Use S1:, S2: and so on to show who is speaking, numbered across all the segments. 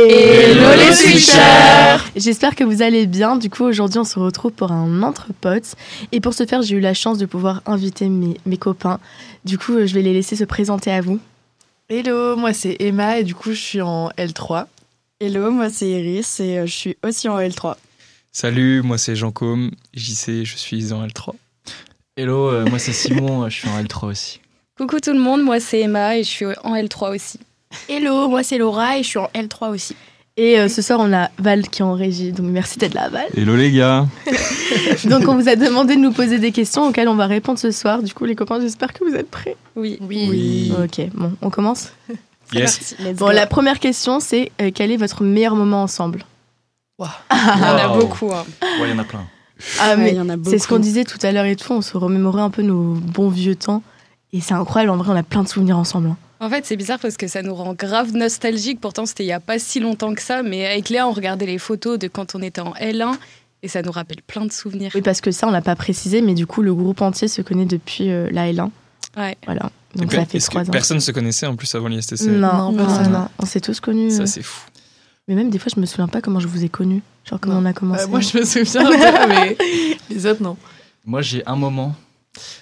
S1: Hello les switchers
S2: J'espère que vous allez bien. Du coup, aujourd'hui, on se retrouve pour un entre potes. Et pour ce faire, j'ai eu la chance de pouvoir inviter mes, mes copains. Du coup, euh, je vais les laisser se présenter à vous.
S3: Hello, moi c'est Emma et du coup je suis en L3.
S4: Hello, moi c'est Iris et euh, je suis aussi en L3.
S5: Salut, moi c'est Jean Côme, JC, je suis en L3.
S6: Hello, euh, moi c'est Simon, euh, je suis en L3 aussi.
S7: Coucou tout le monde, moi c'est Emma et je suis en L3 aussi.
S8: Hello, moi c'est Laura et je suis en L3 aussi.
S2: Et euh, ce soir, on a Val qui est en régie. Donc, merci d'être là, Val.
S5: Hello les gars
S2: Donc, on vous a demandé de nous poser des questions auxquelles on va répondre ce soir. Du coup, les copains, j'espère que vous êtes prêts.
S7: Oui.
S5: Oui.
S2: Ok, bon, on commence
S5: Yes
S2: Bon, la première question, c'est euh, quel est votre meilleur moment ensemble
S7: Il y en a
S6: Wow.
S7: beaucoup. hein.
S6: Ouais, il y en a plein.
S2: Ah,
S4: Ouais,
S2: mais
S4: il y en a beaucoup.
S2: C'est ce qu'on disait tout à l'heure et tout, on se remémorait un peu nos bons vieux temps. Et c'est incroyable, en vrai, on a plein de souvenirs ensemble. hein.
S7: En fait, c'est bizarre parce que ça nous rend grave nostalgique. Pourtant, c'était il y a pas si longtemps que ça, mais avec Léa, on regardait les photos de quand on était en L1 et ça nous rappelle plein de souvenirs.
S2: Oui, parce que ça, on l'a pas précisé, mais du coup, le groupe entier se connaît depuis euh, la L1.
S7: Ouais.
S2: Voilà.
S5: Et
S2: Donc
S5: puis,
S2: ça fait
S5: est-ce que
S2: trois ans.
S5: Personne se connaissait en plus avant l'ISTC.
S2: Non, non, non,
S3: personne.
S2: non, on s'est tous connus. euh.
S5: Ça c'est fou.
S2: Mais même des fois, je me souviens pas comment je vous ai connus. Genre comment
S3: Non.
S2: on a commencé.
S3: Euh, moi je me souviens un peu, mais les autres non.
S6: Moi j'ai un moment,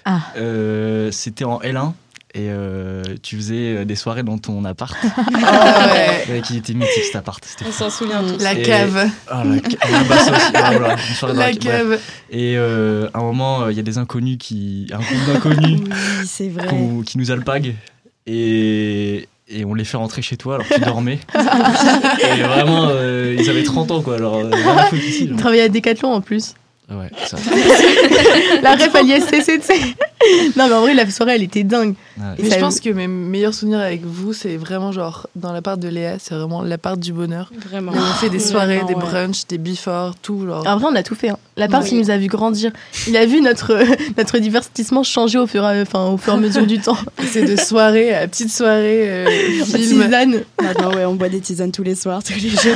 S2: Ah.
S6: Euh, c'était en L1 et euh, tu faisais euh, des soirées dans ton appart.
S2: Ah,
S6: Ouais, qui était mythique cet appart. C'était
S7: On s'en souvient
S2: Mm.
S7: tous.
S3: La
S6: Et-
S3: cave.
S6: Ah, la ca- la basse aussi. Ah, voilà, une soirée dans
S3: La
S6: ca- bref.
S3: cave.
S6: Et euh, à un moment, euh, il y a des inconnus qui. Un groupe d'inconnus
S4: Oui, c'est vrai.
S6: qu'on- qui nous alpaguent et, et on les fait rentrer chez toi alors que tu dormais. et vraiment, euh, ils avaient 30 ans quoi, alors euh, rien à foutre ici. genre.
S2: Travailler à Decathlon en plus.
S6: Ah Ouais, ça.
S2: La ref à l'ISTC, tu sais. Non, mais en vrai, la soirée, elle était dingue.
S6: ouais.
S3: Mais
S2: Ça-
S3: je pense que mes meilleurs souvenirs avec vous, c'est vraiment genre dans la part de Léa, c'est vraiment la part du bonheur.
S7: Vraiment.
S3: Là, on fait des soirées,
S7: Vraiment,
S3: des
S7: ouais.
S3: brunchs, des before, tout genre.
S2: En vrai, on a tout fait. hein. La part,
S7: Oui.
S2: il nous a vu grandir. Il a vu notre, notre divertissement changer au fur, et à, enfin, au fur et à mesure du temps.
S3: C'est de soirée à petite soirée, euh, film.
S2: Suzanne.
S4: Maintenant, ouais, on boit des tisanes tous les soirs, tous les jeudis.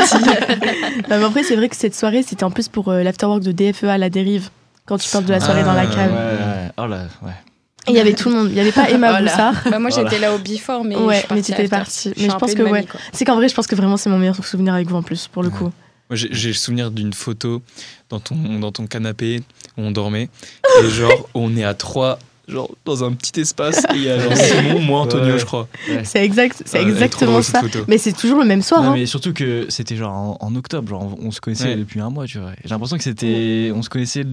S2: Non, mais après, c'est vrai que cette soirée, c'était en plus pour euh, l'afterwork de DFEA à la dérive. Quand tu parles de la soirée dans la
S5: Ah,
S6: Ouais,
S2: cave.
S6: ouais. Oh là, ouais.
S2: Et il y avait tout le monde. Il n'y avait pas Emma
S3: Voilà.
S2: Boussard.
S7: Bah, moi,
S6: Voilà.
S7: j'étais là au before, mais.
S2: Ouais,
S7: je suis
S2: mais
S7: partie
S2: t'étais
S7: after.
S2: partie.
S7: Je
S2: Mais
S7: suis
S2: je
S7: un
S2: pense
S7: peu
S2: que
S7: une mamie,
S2: ouais.
S7: quoi.
S2: C'est qu'en vrai, je pense que vraiment, c'est mon meilleur souvenir avec vous en plus, pour le coup.
S5: Moi, j'ai j'ai le souvenir d'une photo dans ton, dans ton canapé où on dormait. Et genre, on est à trois, genre dans un petit espace. Et il y a genre Simon, moi, Antonio,
S6: Ouais.
S5: je crois.
S2: C'est exact, c'est
S5: Ah, elle est trop
S2: exactement
S5: drôle, cette
S2: ça.
S5: photo.
S2: Mais c'est toujours le même soir.
S6: Non,
S2: hein.
S6: mais surtout que c'était genre en, en octobre, genre on, on se connaissait
S5: Ouais.
S6: depuis un mois, tu vois. Et J'ai l'impression que c'était. On se connaissait.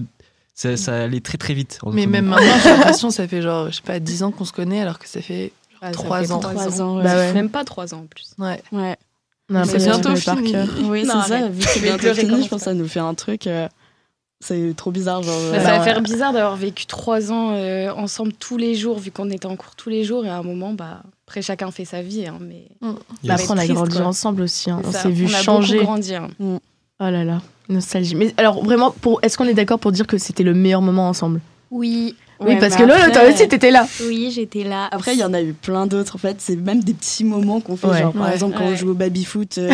S6: Ça, ça allait très très vite. en
S3: Mais
S6: octobre.
S3: même maintenant, j'ai l'impression que ça fait genre, je sais pas, 10 ans qu'on se connaît alors que ça fait
S7: Ah, ça
S3: Trois
S7: fait
S3: ans.
S4: Trois ans, ouais.
S2: Bah ouais.
S7: Même pas trois ans en plus.
S3: Ouais.
S4: Ouais.
S2: On a
S3: Mais
S2: l'impression
S3: bientôt
S2: de jouer par
S3: fini.
S2: cœur.
S4: Oui,
S7: Non,
S4: c'est ça,
S7: arrête.
S4: vu que c'est
S7: Je vais
S4: bientôt
S7: pleurer
S4: fini,
S7: comme
S4: je pense que
S7: ça.
S4: ça nous fait un truc. euh, c'est trop bizarre, genre.
S7: Bah,
S4: euh,
S7: ça va
S2: ouais.
S7: faire bizarre d'avoir vécu trois ans euh, ensemble tous les jours, vu qu'on était en cours tous les jours. Et à un moment, bah, après, chacun fait sa vie. hein, mais
S2: Bah,
S5: Yes.
S2: après, on a
S7: triste,
S2: grandi
S7: quoi.
S2: ensemble aussi. hein. On
S7: ça,
S2: s'est vu
S7: on a
S2: changer.
S7: beaucoup grandi. hein.
S2: Oh là là, nostalgie. Mais alors, vraiment, pour... est-ce qu'on est d'accord pour dire que c'était le meilleur moment ensemble
S8: Oui.
S2: Oui, parce que Lolo, toi aussi, t'étais là.
S8: Oui, j'étais là.
S4: Après, il y en a eu plein d'autres, en fait. C'est même des petits moments qu'on fait,
S2: Ouais.
S4: genre, par
S3: Ouais.
S4: exemple, quand on
S7: Ouais.
S4: joue au baby-foot euh,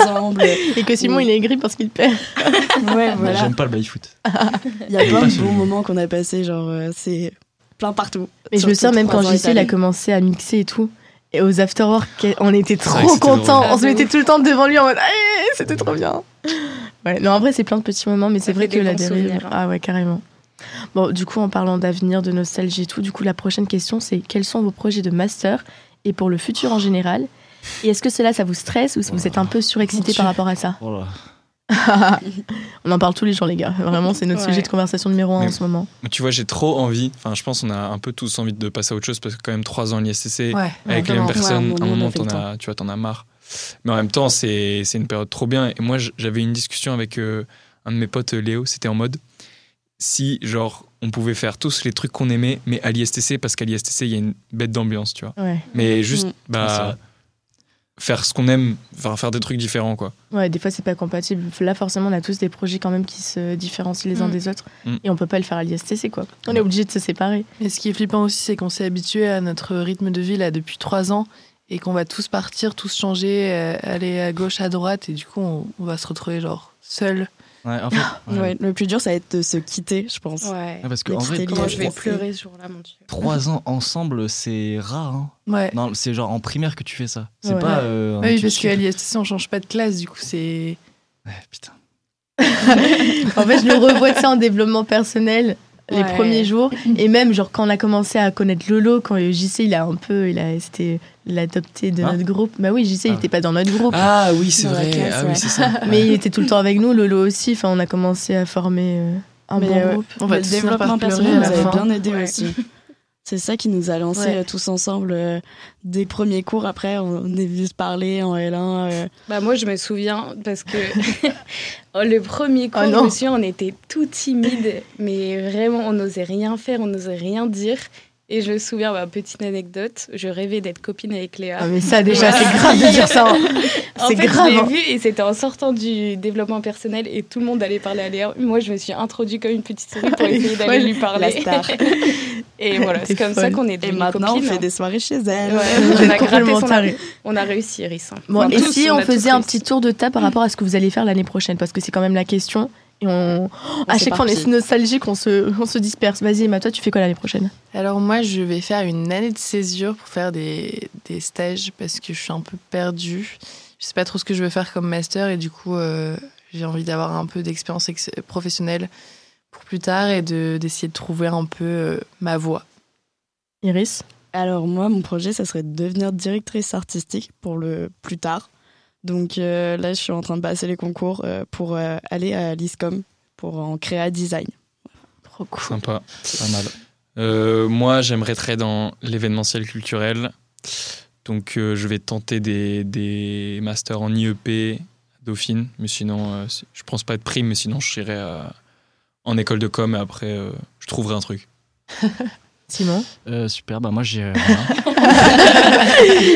S4: ensemble.
S2: Et que Simon,
S4: Oui.
S2: il est aigri parce qu'il perd.
S4: ouais,
S6: Ouais,
S4: voilà.
S6: J'aime pas le bail foot.
S4: Il y a plein
S6: pas
S4: de
S6: celui-là.
S4: bons moments qu'on a passés, genre, euh, c'est plein partout.
S2: Mais je me
S4: Surtout
S2: souviens, même quand
S4: trois ans
S2: JC, il a
S4: étalés.
S2: commencé à mixer et tout. Et aux afterworks, on était
S5: vrai que
S2: trop
S5: c'était
S2: contents.
S7: drôle.
S2: On se
S7: Ah, de
S2: mettait
S7: ouf.
S2: tout le temps devant lui en mode Allez, c'était trop bien. Ouais, non, en vrai, c'est plein de petits moments, mais c'est
S7: Ça
S2: vrai
S7: fait
S2: que
S7: des
S2: la
S7: bons
S2: dérive.
S7: souvenirs, hein.
S2: Ah ouais, carrément. Bon, du coup, en parlant d'avenir, de nostalgie et tout, du coup, la prochaine question, c'est quels sont vos projets de master et pour le futur en général Et est-ce que cela, ça vous stresse ou vous êtes un peu surexcité
S6: Mon
S2: par
S6: Dieu.
S2: rapport à ça
S6: Oh là.
S2: On en parle tous les jours, les gars. Vraiment, c'est notre
S7: Ouais.
S2: sujet de conversation numéro un
S5: Mais-
S2: en ce moment.
S5: Tu vois, j'ai trop envie. Enfin, je pense qu'on a un peu tous envie de passer à autre chose parce que, quand même, trois ans à l'ISTC,
S3: Ouais.
S5: avec les mêmes
S3: vraiment.
S5: personnes,
S4: Ouais,
S5: à un
S4: on
S5: moment,
S4: a fait
S5: t'en
S4: le
S5: as, tu vois, t'en as marre. Mais en même temps, c'est c'est une période trop bien. Et moi, j- j'avais une discussion avec euh, un de mes potes, euh, Léo. C'était en mode si, genre, on pouvait faire tous les trucs qu'on aimait, mais à l'ISTC, parce qu'à l'ISTC, il y a une bête d'ambiance, tu vois.
S2: Ouais.
S5: Mais juste,
S4: Mm.
S6: Ouais, c'est
S5: bah,
S6: vrai.
S5: faire ce qu'on aime, enfin, faire des trucs différents, quoi.
S2: Ouais, des fois, c'est pas compatible. Là, forcément, on a tous des projets quand même qui se différencient les uns
S7: Mm.
S2: des autres.
S5: Mm.
S2: Et on peut pas le faire à l'ISTC, quoi. On est obligé de se séparer.
S3: Et ce qui est flippant aussi, c'est qu'on s'est habitué à notre rythme de vie là depuis trois ans et qu'on va tous partir, tous changer, euh, aller à gauche, à droite et du coup on, on va se retrouver genre seul
S6: Ouais, en fait, ouais.
S4: Ouais, le plus dur, ça va être de se quitter, je pense.
S7: Ouais.
S6: Ouais, parce que
S4: Mais
S6: en vrai,
S7: Ah, bah,
S4: quitter
S7: Comment
S6: trois,
S7: je vais
S4: Trois-
S7: pleurer ce jour-là, mon Dieu.
S6: trois ans ensemble, c'est rare. Hein.
S3: Ouais.
S6: Non, c'est genre en primaire que tu fais ça. C'est
S3: Ouais.
S6: pas. euh, un
S3: Oui,
S6: truc
S3: parce qu'à
S6: super-
S3: l'ISTC, on change pas de classe, du coup, c'est.
S6: Ouais, putain.
S2: En fait, je le revois tu sais, en développement personnel les
S7: Ouais.
S2: premiers jours et même genre quand on a commencé à connaître Lolo quand euh, JC il a un peu il a c'était l'adopté de
S6: Hein
S2: notre groupe bah oui JC il
S6: Ah.
S2: était pas dans notre groupe
S5: Ah oui, c'est
S4: Dans la
S5: vrai.
S4: classe,
S5: ah oui,
S4: ouais.
S5: c'est ça.
S2: mais il était tout le temps avec nous Lolo aussi enfin on a commencé à former euh, un
S4: Mais,
S2: bon
S4: euh,
S2: groupe
S3: On va
S4: le
S3: tous finir
S4: développement
S3: par pleurer
S4: personnel
S3: à
S4: nous
S3: la
S4: avait
S3: fin.
S4: bien aidé
S7: Ouais.
S4: aussi. C'est ça qui nous a lancé
S2: Ouais.
S4: tous ensemble euh, des premiers cours. Après, on est venu se parler en L1. euh,
S7: Bah moi je me souviens parce que oh, le premier cours,
S2: Oh
S7: je
S2: non.
S7: me souviens, on était tout timide, mais vraiment on n'osait rien faire, on n'osait rien dire. Et je me souviens, bah, petite anecdote, je rêvais d'être copine avec Léa.
S2: Ah, mais ça déjà
S7: Ouais.
S2: c'est grave de dire ça hein.
S7: En
S2: c'est
S7: fait,
S2: grave,
S7: je l'ai
S2: hein.
S7: vu et c'était en sortant du développement personnel et tout le monde allait parler à Léa. Moi, je me suis introduite comme une petite souris pour essayer d'aller lui parler.
S4: La star.
S7: et voilà, c'est
S2: T'es
S7: comme ça
S2: folle.
S7: qu'on est
S4: Et
S7: devenus
S4: maintenant, on
S7: copines.
S4: fait
S2: hein.
S4: des soirées chez elle.
S7: Ouais,
S2: Vous
S7: on, a
S2: êtes
S7: gratté
S2: complètement
S7: son
S2: tarés.
S7: arbre. on a réussi, Iris. hein.
S2: Bon,
S7: Enfin,
S2: et
S7: tous,
S2: si
S7: on
S2: on
S7: a tous
S2: faisait un
S7: réussi.
S2: petit tour de table par rapport à ce que vous allez faire l'année prochaine Parce que c'est quand même la question. Et on... à chaque fois, on est
S4: s'éparpille.
S2: nostalgique, on se, on se disperse. Vas-y, Emma, toi, tu fais quoi l'année prochaine
S3: Alors, moi, je vais faire une année de césure pour faire des, des stages parce que je suis un peu perdue. Je sais pas trop ce que je veux faire comme master et du coup, euh, j'ai envie d'avoir un peu d'expérience ex- professionnelle pour plus tard et de- d'essayer de, trouver un peu euh, ma voie.
S2: Iris
S4: Alors moi, mon projet, ça serait de devenir directrice artistique pour le plus tard. Donc euh, là, je suis en train de passer les concours euh, pour euh, aller à l'ISCOM pour en créa design.
S2: Trop cool.
S5: Sympa, pas mal. Euh, moi, j'aimerais très dans l'événementiel culturel. Donc, euh, je vais tenter des, des masters en IEP à Dauphine. Mais sinon, euh, si- je pense pas être prime, mais sinon, je serai euh, en école de com et après, euh, je trouverai un truc.
S2: Simon
S6: Euh, super, bah moi j'ai. euh, rien.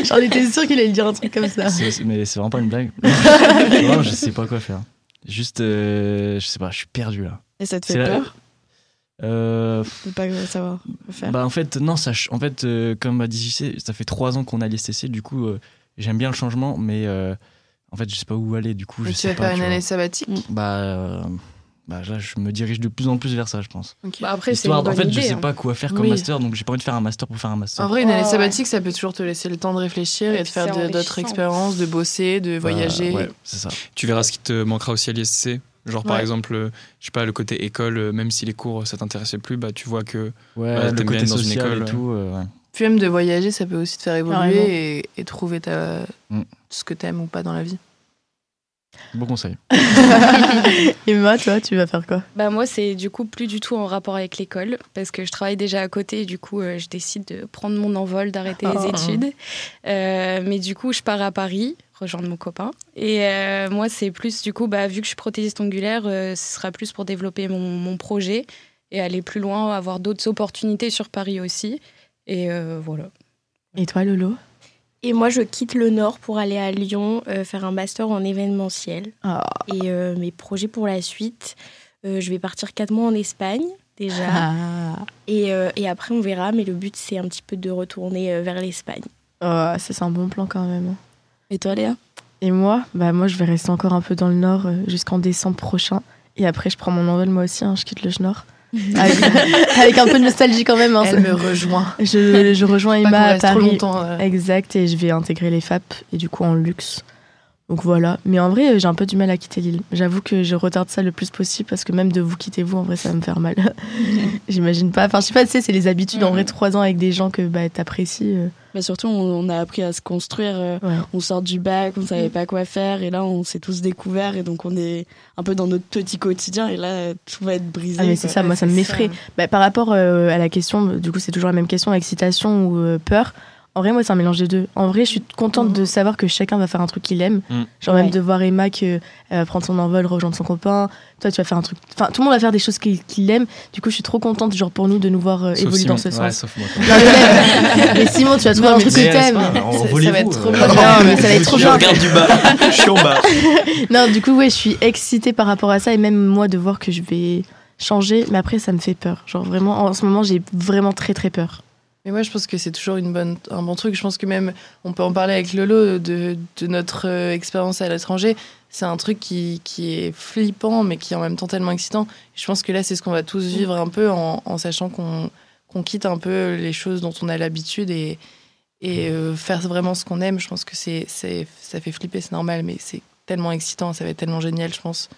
S2: J'en étais sûre qu'il allait dire un truc comme ça.
S6: C'est- c'est- mais c'est vraiment pas une blague. non, je sais pas quoi faire. Juste, euh, je sais pas, je suis perdu là.
S4: Et ça te
S6: C'est
S4: fait
S6: la-
S4: peur
S6: Euh,
S4: de pas savoir quoi faire
S6: bah en fait, non, ça, ch- en fait, euh, comme à 18, ça fait trois ans qu'on a l'ISTC, du coup, euh, j'aime bien le changement, mais euh, en fait, je sais pas où aller, du coup,
S3: Et
S6: je
S3: tu
S6: sais
S3: vas
S6: pas.
S3: faire une
S6: tu vois.
S3: année sabbatique
S2: Mm.
S6: Bah, euh, bah là, je me dirige de plus en plus vers ça, je pense.
S7: Bah, après, c'est une
S6: Histoire, d-
S7: bonne
S6: en fait,
S7: idée.
S6: je sais
S7: hein.
S6: pas quoi faire comme
S3: Oui.
S6: master, donc j'ai pas envie de faire un master pour faire un master.
S3: En vrai, une année
S2: Oh.
S7: Ouais, ouais.
S3: sabbatique, ça peut toujours te laisser le temps de réfléchir
S7: Et
S3: et, de
S7: puis
S3: faire
S7: c'est
S3: de- d'autres
S7: enrichissant.
S3: expériences, de bosser, de
S6: Bah,
S3: voyager.
S6: ouais, c'est ça.
S5: Tu verras ce qui te manquera aussi à l'ISC. Genre, par
S3: Ouais.
S5: exemple, euh, je sais pas, le côté école, euh, même si les cours, ça t'intéressait plus, bah, tu vois que.
S6: Ouais,
S5: Bah,
S6: le
S5: t'aimes bien
S6: côté
S5: être dans une
S6: social
S5: école,
S6: et tout. euh, ouais.
S3: Puis même de voyager, ça peut aussi te faire
S2: Carrément.
S3: évoluer et, et trouver ta,
S6: Mm.
S3: ce que t'aimes ou pas dans la vie.
S6: Bon conseil.
S2: Emma, toi, tu vas faire quoi
S7: Bah moi, c'est du coup plus du tout en rapport avec l'école parce que je travaille déjà à côté et du coup, euh, je décide de prendre mon envol, d'arrêter les
S2: Oh.
S7: études. Euh, mais du coup, je pars à Paris rejoindre mon copain. Et euh, moi, c'est plus du coup, bah, vu que je suis prothésiste ongulaire, euh, ce sera plus pour développer mon, mon projet et aller plus loin, avoir d'autres opportunités sur Paris aussi. Et euh, voilà.
S2: Et toi, Lolo
S8: Et moi, je quitte le Nord pour aller à Lyon euh, faire un master en événementiel.
S2: Ah.
S8: Et euh, mes projets pour la suite, euh, je vais partir quatre mois en Espagne déjà.
S2: Ah.
S8: Et, euh, et après, on verra. Mais le but, c'est un petit peu de retourner euh, vers l'Espagne.
S2: Oh, ça, c'est un bon plan quand même.
S4: Et toi, Léa
S2: Et moi Bah, moi, je vais rester encore un peu dans le Nord euh, jusqu'en décembre prochain. Et après, je prends mon envol moi aussi, hein, je quitte le Nord. avec, avec un peu de nostalgie quand même. hein, ça-
S3: Elle me rejoint.
S2: je, je rejoins
S3: Pas qu'on
S2: Emma à
S3: reste trop
S2: Paris.
S3: longtemps. euh.
S2: Exact, et je vais intégrer les FAP et du coup en luxe. Donc voilà. Mais en vrai, euh, j'ai un peu du mal à quitter l'île. J'avoue que je retarde ça le plus possible parce que même de vous quitter vous, en vrai, ça va me faire mal. J'imagine pas. Enfin, je sais pas, tu sais, c'est les habitudes. En vrai, trois ans avec des gens que bah, t'apprécies. euh,
S4: Bah, Surtout, on, on a appris à se construire. euh,
S2: ouais.
S4: on sort du bac, on savait pas quoi faire. Et là, on s'est tous découverts. Et donc, on est un peu dans notre petit quotidien. Et là, euh, tout va être brisé.
S2: Ah, mais
S4: quoi.
S2: c'est ça, moi, ça m'effraie. Bah, par rapport euh, à la question, du coup, c'est toujours la même question, excitation ou euh, peur. En vrai, moi, c'est un mélange des deux. En vrai, je suis contente de savoir que chacun va faire un truc qu'il aime.
S5: Mhm.
S2: Genre,
S4: Ouais.
S2: même de voir Emma que, euh, elle va prendre son envol, rejoindre son copain. Toi, tu vas faire un truc. Enfin, tout le monde va faire des choses qu'il qu'il aime. Du coup, je suis trop contente, genre, pour nous, de nous voir euh,
S5: Sauf
S2: évoluer dans ce
S5: Simon. Ouais,
S2: sens.
S5: sauf moi.
S2: Non, mais même- mais Simon, tu vas trouver un truc que
S6: Mais euh, c'est
S2: t'aimes.
S6: pas grave,
S3: Ça- ça
S6: envolez-vous,
S3: va être trop
S6: euh, bah.
S3: bien.
S2: Non, mais ça va être
S6: Je-
S2: trop
S6: je
S2: bien.
S6: regarde du bas. Je suis en bas.
S2: Non, du coup, ouais, je suis excitée par rapport à ça et même moi de voir que je vais changer. Mais après, ça me fait peur. Genre, vraiment, en ce moment, j'ai vraiment très, très peur.
S3: Mais moi, je pense que c'est toujours une bonne, un bon truc. Je pense que même, on peut en parler avec Lolo de, de notre euh, expérience à l'étranger. C'est un truc qui, qui est flippant, mais qui est en même temps tellement excitant. Je pense que là, c'est ce qu'on va tous vivre un peu en, en sachant qu'on qu'on quitte un peu les choses dont on a l'habitude et, et euh, faire vraiment ce qu'on aime. Je pense que c'est, c'est, ça fait flipper, c'est normal, mais c'est tellement excitant, ça va être tellement génial, je pense.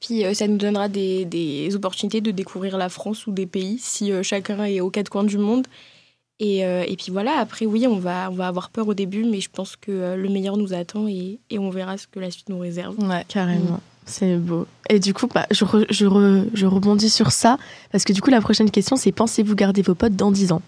S8: Puis euh, ça nous donnera des, des opportunités de découvrir la France ou des pays si euh, chacun est aux quatre coins du monde. Et, euh, et puis voilà, après oui, on va, on va avoir peur au début, mais je pense que euh, le meilleur nous attend et, et on verra ce que la suite nous réserve.
S3: Ouais.
S2: Carrément. C'est beau. Et du coup, bah, je, re- je, re- je rebondis sur ça, parce que du coup, la prochaine question, c'est pensez-vous garder vos potes dans 10 ans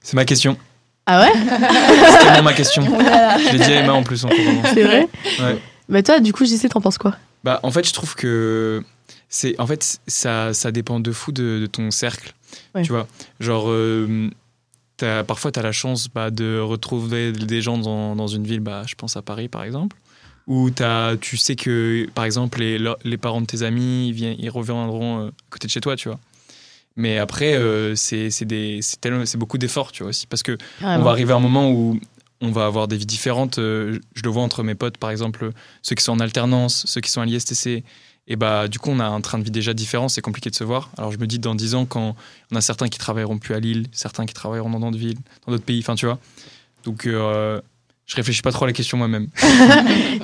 S5: C'est ma question.
S2: Ah ouais
S5: C'est tellement ma question. Je l'ai dit à Emma en plus en courant.
S2: C'est vrai
S5: Ouais.
S2: Bah toi, du coup, JC, t'en penses quoi
S5: Bah, en fait, je trouve que c'est en fait ça, ça dépend de fou de, de ton cercle.
S2: Ouais.
S5: Tu vois, genre euh, t'as- parfois tu as la chance bah, de retrouver des gens dans, dans une ville, bah, je pense à Paris par exemple, où t'as- tu sais que par exemple les, leurs- les parents de tes amis ils, viennent, ils reviendront euh, à côté de chez toi, tu vois. Mais après, euh, c'est c'est des- c'est tellement- c'est beaucoup d'efforts, tu vois, aussi. Parce que
S7: Ah
S5: on va arriver à un moment où on va avoir des vies différentes. Euh, Je le vois entre mes potes, par exemple, ceux qui sont en alternance, ceux qui sont à l'ISTC. Et bah, du coup, on a un train de vie déjà différent, c'est compliqué de se voir. Alors, je me dis, dans 10 ans, quand on a certains qui travailleront plus à Lille, certains qui travailleront dans d'autres villes, dans d'autres pays, enfin, tu vois. Donc, euh, je réfléchis pas trop à la question moi-même.
S2: Tu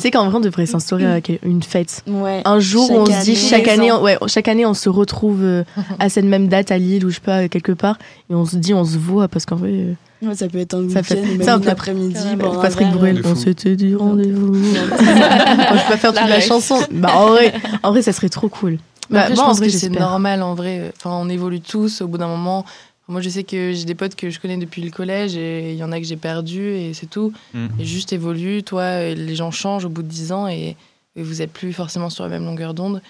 S2: sais qu'en vrai, on devrait s'instaurer avec une fête.
S7: Ouais.
S4: Ah,
S2: Un jour où on
S7: Chaque
S2: se dit
S7: année.
S2: chaque
S7: Tous les
S2: année,
S7: ans.
S2: on- ouais, chaque année, on se retrouve euh, à cette même date à Lille ou je sais pas quelque part, et on se dit, on se voit parce qu'en vrai, euh,
S4: Ouais, ça peut être un
S2: Ça
S4: week-end,
S2: fait-
S4: ou même
S2: ça, on
S4: une
S2: peut-
S4: après-midi. boire un
S2: Patrick
S4: verre.
S2: Bruel,
S5: De
S2: on
S5: fou.
S2: s'était dit rendez-vous. Moi, je peux pas faire toute la
S7: ref.
S2: chanson. Bah en vrai, en vrai, ça serait trop cool.
S3: Mais
S2: Bah,
S3: après,
S2: moi,
S3: je
S2: en
S3: pense
S2: vrai,
S3: que c'est
S2: j'espère.
S3: normal en vrai. Enfin, on évolue tous au bout d'un moment. Moi, je sais que j'ai des potes que je connais depuis le collège et il y en a que j'ai perdu et c'est tout.
S5: Mm.
S3: Et juste évolue, toi, et les gens changent au bout de 10 ans et, et vous êtes plus forcément sur la même longueur d'onde.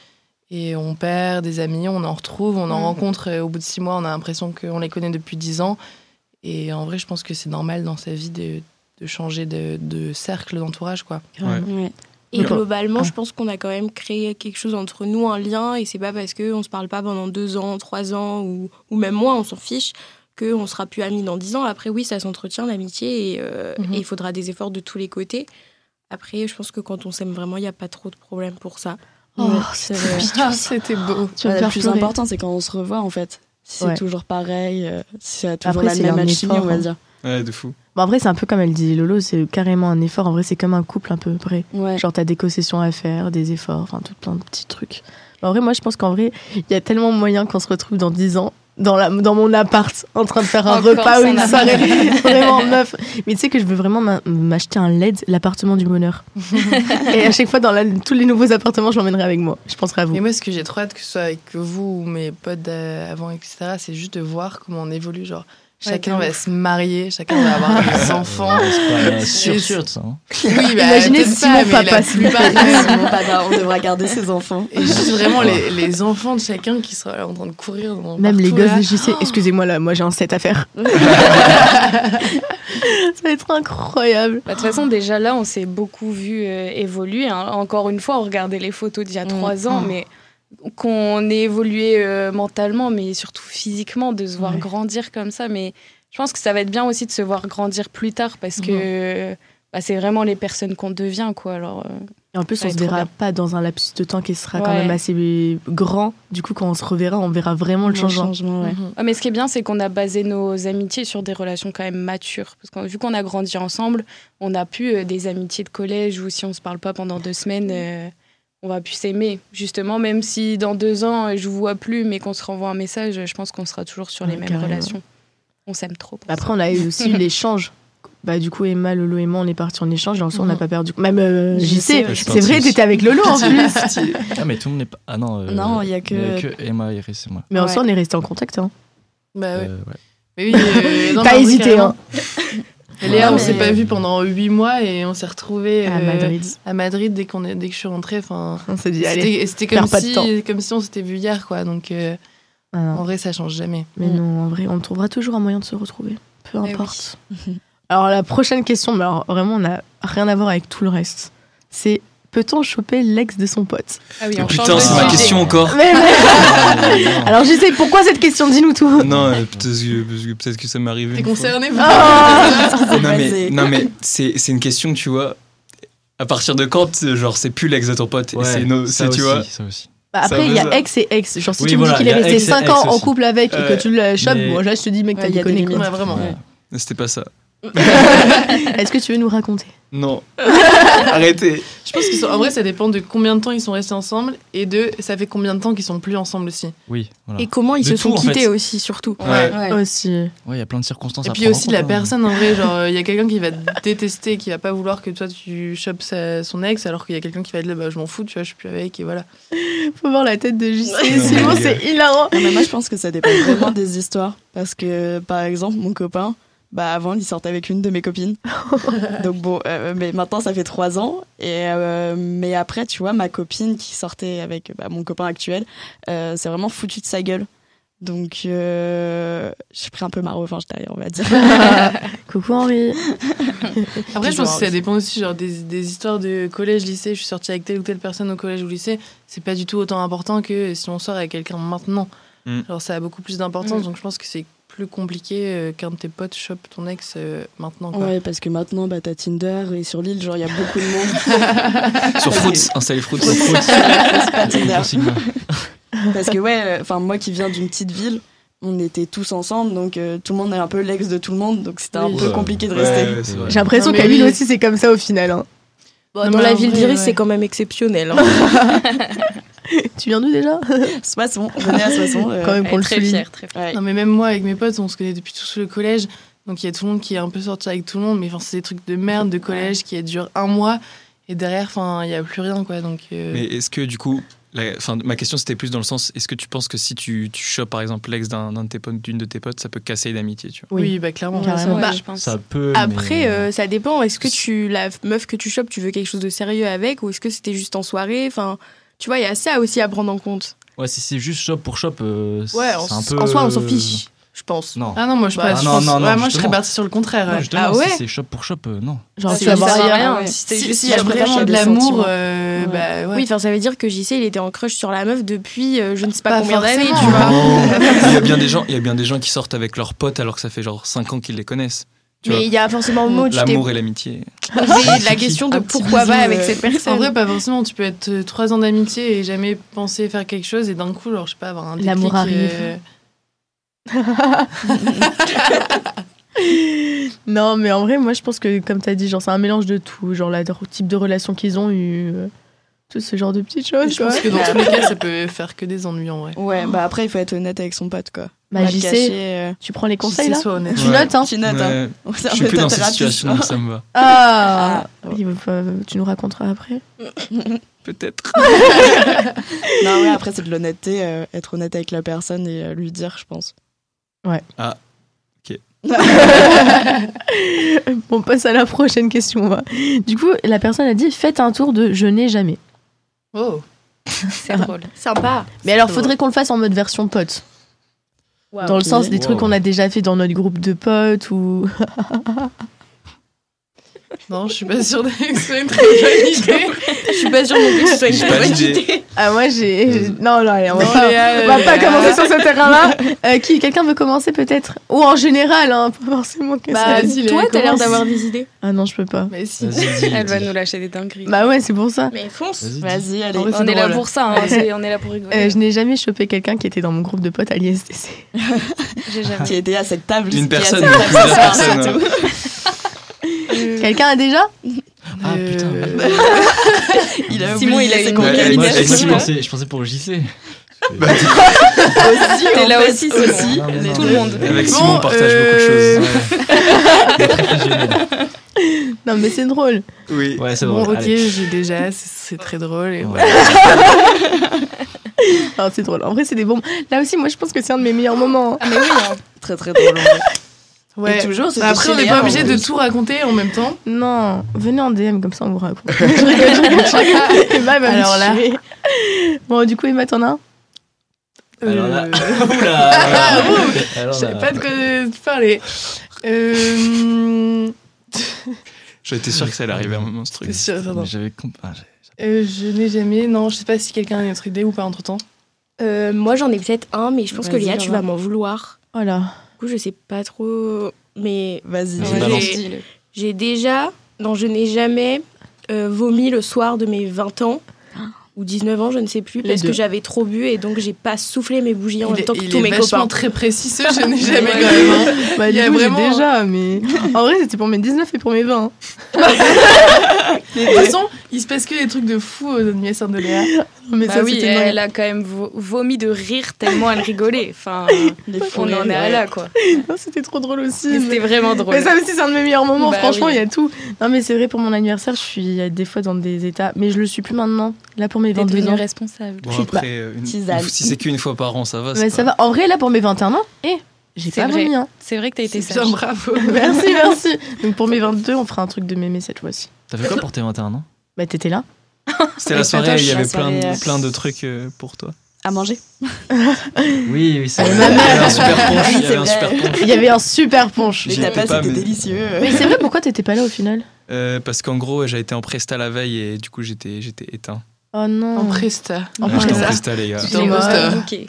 S3: Et on perd des amis, on en retrouve, on en
S7: Mm.
S3: rencontre. Et au bout de 6 mois, on a l'impression qu'on les connaît depuis 10 ans. Et en vrai, je pense que c'est normal dans sa vie de, de changer de, de cercle d'entourage, quoi.
S5: Ouais.
S4: euh, Ouais.
S8: Et
S2: D'accord.
S8: globalement,
S2: Ah.
S8: je pense qu'on a quand même créé quelque chose entre nous, un lien, et c'est pas parce qu'on se parle pas pendant deux ans, trois ans, ou, ou même moins, on s'en fiche, qu'on sera plus amis dans dix ans. Après, oui, ça s'entretient, l'amitié, et euh, et il
S3: Mhm.
S8: faudra des efforts de tous les côtés. Après, je pense que quand on s'aime vraiment, il n'y a pas trop de problème pour ça.
S2: Oh,
S4: Ouais,
S2: c'est
S4: vrai.
S3: Ah, c'était beau.
S2: Tu vas me
S4: Ouais, le
S2: faire
S4: plus
S2: pleurer.
S4: important, c'est quand on se revoit, en fait. Si c'est
S2: Ouais.
S4: toujours pareil, euh, si ça a toujours
S2: Après, c'est
S4: la même
S2: un
S4: alchimie,
S2: effort,
S4: on va
S2: hein.
S4: dire.
S5: Ouais, de fou.
S2: Bon, Bah, en vrai, c'est un peu comme elle dit Lolo, c'est carrément un effort. En vrai, c'est comme un couple un peu vrai.
S4: Ouais.
S2: Genre, t'as des concessions à faire, des efforts, enfin, tout plein de petits trucs. Mais Bah, en vrai, moi, je pense qu'en vrai, il y a tellement moyen qu'on se retrouve dans 10 ans, dans, la, dans mon appart, en train de faire un
S7: Encore
S2: repas ou
S7: son
S2: une
S7: appart.
S2: soirée. vraiment, meuf. Mais tu sais que je veux vraiment m'in- m'acheter un LED, l'appartement du bonheur. Et à chaque fois, dans la- tous les nouveaux appartements, je l'emmènerai avec moi. Je penserai à vous.
S3: Mais moi, ce que j'ai trop hâte, que ce soit avec vous ou mes potes d'a- avant, etc., c'est juste de voir comment on évolue. Genre,
S7: Ouais,
S3: chacun
S7: de
S3: va se marier, chacun va avoir des enfants.
S6: C'est pas
S3: sûr,
S6: sûr,
S3: sûr
S6: sûr de ça.
S3: Oui, bah,
S2: Imaginez
S3: peut-être
S2: si
S3: pas,
S2: mon
S3: mais
S2: papa
S3: la
S2: se
S3: plupart-
S4: Mon papa, on devra garder ses enfants.
S3: Et juste vraiment les, les enfants de chacun qui sera là en train de courir. dans-
S2: Même les
S3: partout,
S2: gosses
S3: là.
S2: de JC, excusez-moi là, moi j'ai un set à faire. Ça va être incroyable.
S7: Bah, De toute façon, déjà là, on s'est beaucoup vu euh, évoluer. hein. Encore une fois, on regardait les photos d'il y a
S3: Mm.
S7: trois ans,
S3: Mm.
S7: mais qu'on ait évolué euh, mentalement, mais surtout physiquement, de se voir
S2: Ouais.
S7: grandir comme ça. Mais je pense que ça va être bien aussi de se voir grandir plus tard parce
S3: Mm.
S7: que bah, c'est vraiment les personnes qu'on devient, quoi. Alors, euh,
S2: Et en plus,
S7: Ça
S2: on
S7: va
S2: se
S7: être trop
S2: verra
S7: bien.
S2: pas dans un lapsus de temps qui sera quand
S7: Ouais.
S2: même assez grand. Du coup, quand on se reverra, on verra vraiment le
S4: Le
S2: changement.
S4: changement, ouais.
S3: Mhm.
S7: Ouais, Ah, mais ce qui est bien, c'est qu'on a basé nos amitiés sur des relations quand même matures. Parce que vu qu'on a grandi ensemble, on a pu euh, des amitiés de collège où si on se parle pas pendant deux semaines, euh, on va plus s'aimer. Justement, même si dans deux ans, euh, je vous vois plus, mais qu'on se renvoie un message, euh, je pense qu'on sera toujours sur
S2: Ouais,
S7: les mêmes
S2: carrément.
S7: relations. On s'aime trop. pour
S2: Après, on a eu aussi l'échange. Bah, du coup, Emma, Lolo et moi, on est partis en échange et en soi, on n'a
S3: Mhm.
S2: pas perdu. Même euh,
S4: Je
S2: JC,
S4: sais,
S5: je
S2: c'est
S5: suis
S2: vrai,
S5: partie.
S2: t'étais avec Lolo en plus.
S6: Ah, mais tout le monde n'est pas. Ah non. euh,
S4: Non, il y a que-
S6: il y a que Emma, Iris et moi.
S2: Mais en soi, on est restés en contact. hein.
S3: Bah ouais.
S6: Euh, ouais.
S3: Mais oui, euh, non,
S2: T'as
S3: mais oui,
S2: hésité,
S3: carrément.
S2: hein, euh,
S3: Mais Léa,
S4: Non,
S3: on s'est
S4: mais-
S3: pas vu pendant 8 mois et on s'est retrouvés
S2: à
S3: euh,
S2: Madrid.
S3: à Madrid dès, qu'on est, dès que je suis rentrée. Enfin,
S2: On s'est dit, allez.
S3: c'était c'était
S2: perds
S3: comme,
S2: pas de
S3: si, comme si on s'était vu hier, quoi. Donc, euh,
S2: Ah, non.
S3: en vrai, ça change jamais.
S2: Mais
S3: Mm.
S2: non, en vrai, on trouvera toujours un moyen de se retrouver. Peu
S7: oui.
S2: importe. alors, la prochaine question, mais alors vraiment, on n'a rien à voir avec tout le reste. C'est Peut-on choper l'ex de son pote
S7: Ah oui, on change
S5: Putain,
S7: de
S5: c'est ma
S7: sujet.
S5: question encore.
S2: Mais-
S5: Ah,
S2: Alors je sais, pourquoi cette question Dis-nous tout
S5: Non, euh, peut-être que, parce que- peut-être que ça m'est arrivé.
S3: T'es
S5: une fois.
S3: concerné
S4: Ah,
S5: Oh, non, mais,
S4: passé.
S5: non, mais c'est c'est une question, tu vois. À partir de quand, c'est- genre, c'est plus l'ex de ton pote, et
S6: Ouais,
S5: c'est no-
S6: ça
S5: c'est, tu
S6: aussi,
S5: vois.
S6: ça aussi.
S2: Bah,
S5: Ça
S2: Après, il y
S5: veut
S2: a
S5: dire-
S2: ex et ex. Genre, si
S6: Oui,
S2: tu
S6: voilà,
S2: me dis
S6: il
S2: qu'il
S6: y a
S2: est resté
S6: ex et
S2: 5
S6: ex
S2: ans en
S6: aussi.
S2: couple avec et
S5: Ouais.
S2: que tu le chopes,
S6: Mais-
S2: bon, là, je te dis, mec,
S4: Ouais,
S2: t'as
S4: il y a
S2: beaucoup
S4: des
S2: limite.
S4: limites.
S3: Ouais, vraiment.
S6: Ouais.
S5: C'était pas ça.
S2: Est-ce que tu veux nous raconter
S5: Non. Arrêtez.
S3: Je pense qu'ils sont. En vrai, ça dépend de combien de temps ils sont restés ensemble et de ça fait combien de temps qu'ils sont plus ensemble aussi.
S6: Oui, voilà.
S8: Et comment ils
S6: De
S8: se
S6: tout,
S8: sont
S6: en fait.
S8: quittés aussi, surtout.
S5: Ouais.
S2: Aussi.
S6: Ouais, il y a plein de circonstances
S3: et
S6: à
S3: puis
S6: prendre en
S3: aussi de la
S6: compte, hein.
S3: personne en vrai. Genre, il y a quelqu'un qui va te détester, qui va pas vouloir que toi tu chopes sa- son ex, alors qu'il y a quelqu'un qui va être là, bah, je m'en fous, tu vois, je suis plus avec et voilà.
S2: Faut voir la tête de JC,
S5: mais
S2: sinon
S5: les gars.
S2: c'est hilarant.
S4: Non, Ah, mais moi, je pense que ça dépend vraiment des histoires. Parce que, par exemple, mon copain, bah, avant, il sortait avec une de mes copines. Donc, bon, euh, mais maintenant, ça fait trois ans. Et, euh, mais après, tu vois, ma copine qui sortait avec bah, mon copain actuel, euh, c'est vraiment foutu de sa gueule. Donc, euh, j'ai pris un peu ma revanche derrière, on va dire.
S2: Coucou Henri.
S3: Après, je pense que ça
S4: Toujours.
S3: dépend aussi genre des, des histoires de collège, lycée. Je suis sortie avec telle ou telle personne au collège ou lycée. C'est pas du tout autant important que si on sort avec quelqu'un maintenant.
S5: Mm.
S3: Alors ça a beaucoup plus d'importance.
S7: Mm.
S3: Donc je pense que c'est plus compliqué euh, qu'un de tes potes chope ton ex euh, maintenant. Quoi.
S4: Ouais, parce que maintenant, bah, t'as Tinder et sur l'île, genre, il y a beaucoup de monde.
S5: Sur Fruits, installez Fruits.
S4: C'est pas
S6: Une
S4: Tinder.
S6: consigne.
S4: Parce que ouais, euh, enfin moi qui viens d'une petite ville, on était tous ensemble, donc euh, tout le monde est un peu l'ex de tout le monde, donc c'était un
S3: Oui.
S4: peu
S5: Ouais.
S4: compliqué de
S5: Ouais,
S4: rester.
S5: ouais, c'est vrai.
S2: J'ai l'impression
S3: Non, mais
S2: qu'à Lille
S3: oui.
S2: aussi, c'est comme ça au final. hein.
S8: Bon,
S3: Non,
S8: dans
S3: mais
S8: la
S3: en
S8: ville
S3: vrai,
S8: d'Iris,
S3: ouais.
S8: c'est quand même exceptionnel. hein.
S2: Tu viens d'où déjà
S4: Soissons, venez à Soissons. euh,
S2: Quand même
S7: Elle
S2: qu'on
S7: est
S2: le
S7: très
S2: souligne.
S7: fière, très fière.
S4: ouais.
S3: Non mais même moi avec mes potes, on se connaît depuis tous le collège. Donc il y a tout le monde qui est un peu sorti avec tout le monde. Mais enfin, c'est des trucs de merde de collège qui durent un mois. Et derrière, enfin, il n'y a plus rien quoi. Donc euh,
S5: Mais est-ce que du coup, la- enfin, ma question c'était plus dans le sens, est-ce que tu penses que si tu, tu chopes par exemple l'ex d'un d'un de tes potes, d'une de tes potes, ça peut casser une amitié, tu vois
S3: oui. bah clairement.
S2: Carrément.
S7: Ouais,
S8: Bah,
S7: je pense.
S6: Ça peut.
S8: Après,
S6: mais-
S8: euh, ça dépend. Est-ce que tu la meuf que tu chopes, tu veux quelque chose de sérieux avec, ou est-ce que c'était juste en soirée Enfin, tu vois, il y a ça aussi à prendre en compte.
S6: Ouais, si c'est juste shop pour shop, euh, c'est
S8: Ouais, en,
S6: un peu. euh,
S8: en soi,
S2: euh,
S8: on s'en fiche, je pense.
S6: Non.
S3: Ah non, moi je, pas,
S8: Bah,
S3: je
S6: non,
S3: pense-
S6: non, non,
S3: ouais, moi je
S6: justement.
S3: serais partie sur le contraire.
S6: Non,
S3: ouais.
S6: justement,
S8: Ah ouais
S6: si c'est shop pour shop, euh, non.
S2: Genre,
S7: Ah,
S2: tu
S7: ça
S2: vas
S7: sert
S2: voir
S7: à
S2: ailleurs.
S7: rien.
S8: ouais.
S7: Si c'est
S3: Si-
S7: juste
S3: S'il y a
S8: je préfère
S3: vraiment
S8: qu'il
S3: de
S8: y a des
S3: l'amour,
S8: sentiments.
S3: euh, bah ouais.
S8: Oui, enfin, ça veut dire que JC, il était en crush sur la meuf depuis euh, je ne sais pas,
S3: Pas
S8: combien d'années, tu
S3: forcément.
S8: vois.
S5: il y a bien des gens, il y a bien des gens qui sortent avec leurs potes alors que ça fait genre 5 ans qu'ils les connaissent. Tu
S8: Mais
S5: vois,
S8: il y a forcément un mot, tu t'es
S5: L'amour
S8: posé
S5: et l'amitié.
S8: la question de
S4: Un petit
S8: pourquoi
S4: bisou,
S8: va avec
S4: euh,
S8: cette
S3: En
S8: personne.
S3: vrai, pas forcément. Tu peux être euh, trois ans d'amitié et jamais penser faire quelque chose et d'un coup, genre, je sais pas, avoir un déclic.
S2: L'amour arrive.
S3: euh,
S2: Non, mais en vrai, moi je pense que, comme t'as dit, genre c'est un mélange de tout. Genre le type de relation qu'ils ont eu, euh, tout ce genre de petites choses.
S3: Je pense
S2: quoi.
S3: que dans tous les cas, ça peut faire que des ennuis en vrai.
S4: Ouais, bah après il faut être honnête avec son pote quoi.
S2: Bah,
S4: Pas le
S2: j'y sais,
S4: cacher, euh,
S2: tu prends les conseils
S3: Si
S2: là
S3: c'est soit honnête.
S2: Tu
S5: Ouais.
S2: notes, hein
S4: Tu notes, hein.
S5: Ouais,
S4: C'est un
S5: je suis
S4: peu
S5: plus
S4: ta
S5: dans cette
S4: thérapie,
S5: situation,
S4: ça.
S5: donc ça me va.
S2: Ah, Il veut pas- Tu nous raconteras après
S5: Peut-être.
S4: Non ouais, après c'est de l'honnêteté, euh, être honnête avec la personne et euh, lui dire, je pense.
S2: On passe à la prochaine question. va. Du coup, la personne a dit Faites un tour de Je n'ai jamais.
S3: Oh.
S7: C'est drôle.
S8: Sympa.
S2: Mais alors, faudrait qu'on le fasse en mode version pote. Dans le
S4: ok.
S2: sens des
S6: Wow.
S2: trucs qu'on a déjà fait dans notre groupe de potes ou.
S3: Non, je suis pas sûre d'être une très bonne idée.
S8: Je suis pas sûre non plus que ce soit une
S5: J'ai
S8: très
S5: pas
S8: bonne
S5: d'idée.
S8: idée.
S2: Ah, moi j'ai. Non, non, allez, on va
S3: Non,
S2: pas,
S3: Léa,
S2: on va pas
S3: Léa.
S2: commencer sur ce terrain-là. Euh, qui Quelqu'un veut commencer peut-être Ou en général, hein, pas forcément que
S8: Bah,
S2: ça.
S3: Vas-y,
S8: toi,
S3: Léa,
S8: t'as l'air
S3: commence.
S8: d'avoir des idées.
S2: Ah non, je peux pas.
S3: Mais si.
S6: Vas-y, dis,
S7: Elle va
S6: dis.
S7: nous lâcher des dingueries.
S2: Bah ouais, c'est pour ça.
S8: Mais fonce.
S6: Vas-y, dis.
S4: Vas-y, allez.
S3: En vrai,
S7: on est là
S3: drôle.
S7: pour ça, hein, c'est- on est là pour rigoler.
S2: Euh, je n'ai jamais chopé quelqu'un qui était dans mon groupe de potes à l'ISTC.
S7: J'ai jamais.
S4: Qui était à cette table.
S5: Une
S4: qui est à
S5: personne,
S4: cette table,
S5: plusieurs
S4: c'est ça,
S5: personnes,
S4: c'est tout.
S2: Quelqu'un a déjà
S6: Ah putain.
S3: Euh,
S4: Il a
S7: Simon,
S4: oublié
S7: il a
S4: ses
S7: une-
S4: compagnies.
S5: Ouais,
S7: elle-
S6: Moi,
S7: idée,
S6: je- moi, je
S7: c'est
S5: hein.
S6: pensais, je pensais pour JC.
S4: aussi.
S7: T'es
S4: en
S7: là
S4: fait,
S7: aussi, Simon.
S6: Non, non, non,
S7: Tout
S6: mais-
S7: le monde.
S5: Avec Simon, on
S3: Bon,
S5: partage
S3: euh,
S5: beaucoup de choses.
S2: Non, mais c'est drôle.
S5: Oui.
S6: Ouais, c'est
S3: Bon,
S6: bon.
S3: ok,
S6: allez.
S3: j'ai déjà, c'est- c'est très drôle. Et voilà.
S6: Ouais.
S2: Non, c'est drôle. En vrai, c'est des bons. Là aussi, moi je pense que c'est un de mes meilleurs moments.
S7: Ah, mais oui, hein.
S4: Très très drôle. en vrai.
S3: Ouais.
S4: Et toujours, c'était
S3: Bah, Après, on
S4: chez
S3: n'est
S4: Léa,
S3: pas
S4: en
S3: obligé
S4: plus.
S3: de tout raconter en même temps.
S2: Non, venez en DM comme ça on vous raconte. je rigole, je rigole, je rigole. Emma va me
S3: Alors là.
S2: tuer. Bon, du coup, Emma, t'en as un
S6: Alors là-
S3: Euh,
S6: Oula.
S3: Je
S6: Alors
S3: savais
S6: là-
S3: pas de quoi te parler. Euh...
S5: J'étais sûr que ça allait arriver à un moment ce truc.
S3: T'es sûr, attends.
S6: Mais J'avais comp- ah, j'ai-
S3: Euh, je n'ai jamais. Non, je sais pas si quelqu'un a une autre idée ou pas entre temps.
S8: Euh, moi, j'en ai peut-être un, mais je pense que
S4: Vas-y,
S8: Léa, tu
S4: Laura.
S8: vas m'en vouloir.
S7: Oh
S2: Voilà.
S8: Du coup, je sais pas trop. Mais
S4: Vas-y.
S5: Vas-y, balance.
S8: j'ai- j'ai déjà. Non, je n'ai jamais euh, vomi le soir de mes 20 ans ou 19 ans, je ne sais plus, parce
S2: deux.
S8: que j'avais trop bu et donc j'ai pas soufflé mes bougies en
S3: il
S8: même
S3: est,
S8: temps que
S3: il
S8: tous
S3: est
S8: mes
S3: vachement
S8: copains.
S3: très précis, ce je n'ai jamais quand même. hein.
S2: Bah,
S3: Il
S2: du
S3: y a
S2: coup, j'ai
S3: vraiment-
S2: déjà, mais en vrai, c'était pour mes 19 et pour mes 20. hein.
S3: Mais de toute façon, il se passe que des trucs de fou aux anniversaires de Léa.
S2: Mais
S7: Bah
S2: ça,
S7: oui,
S2: c'était
S7: elle,
S2: dingue.
S7: a quand même vo- vomi de rire tellement elle rigolait. Enfin,
S4: Les fous
S7: on en est
S4: rires.
S7: à là, quoi.
S2: Non, C'était trop drôle aussi.
S7: C'était vraiment drôle.
S2: Mais ça aussi, c'est un de mes meilleurs moments.
S7: Bah
S2: Franchement, il
S7: oui.
S2: y a tout. Non, mais c'est vrai, pour mon anniversaire, je suis euh, des fois dans des états. Mais je le suis plus maintenant. Là, pour mes
S7: T'es
S2: 22
S7: devenu
S2: ans.
S7: responsable.
S5: Bon,
S4: Petite
S5: après, euh, une-
S4: tisane.
S5: une- si c'est qu'une fois par an, ça va. c'est
S2: Mais
S5: pas-
S2: ça va. En vrai, là, pour mes 21 ans, et j'ai
S7: C'est
S2: pas
S7: vrai.
S2: vomi. Hein.
S7: C'est vrai que t'as été
S3: C'est
S7: sage.
S3: bien, bravo.
S2: Merci, merci. Donc pour mes 22, on fera un truc de mémé cette fois-ci.
S6: T'as fait quoi pour tes 21 ans
S2: Bah, t'étais là.
S5: C'était la
S4: Avec
S5: soirée où
S4: Patoche,
S5: il y
S4: la
S5: avait plein
S4: soirée, euh,
S5: de, plein de trucs euh, pour toi.
S4: À manger.
S6: Oui, oui, c'est
S2: Ah,
S6: vrai.
S2: ma
S6: Il y avait
S2: mère.
S6: un super punch, il y
S4: C'est
S6: avait un
S4: vrai.
S6: super punch.
S2: Il y avait un super punch.
S4: Les
S5: J'y étais
S4: tapas,
S5: pas,
S4: c'était
S5: mais-
S4: délicieux.
S2: Mais c'est vrai, pourquoi t'étais pas là au final
S5: Euh, parce qu'en gros, j'ai été en presta la veille et du coup, j'étais j'étais éteint.
S2: Oh non.
S3: En presta.
S6: Ah,
S2: En
S5: Ouais, j'étais en
S2: presta.
S3: Ah.
S5: presta, les gars.
S3: Tu
S7: Je l'ai
S3: Dans ma-
S7: rebooké.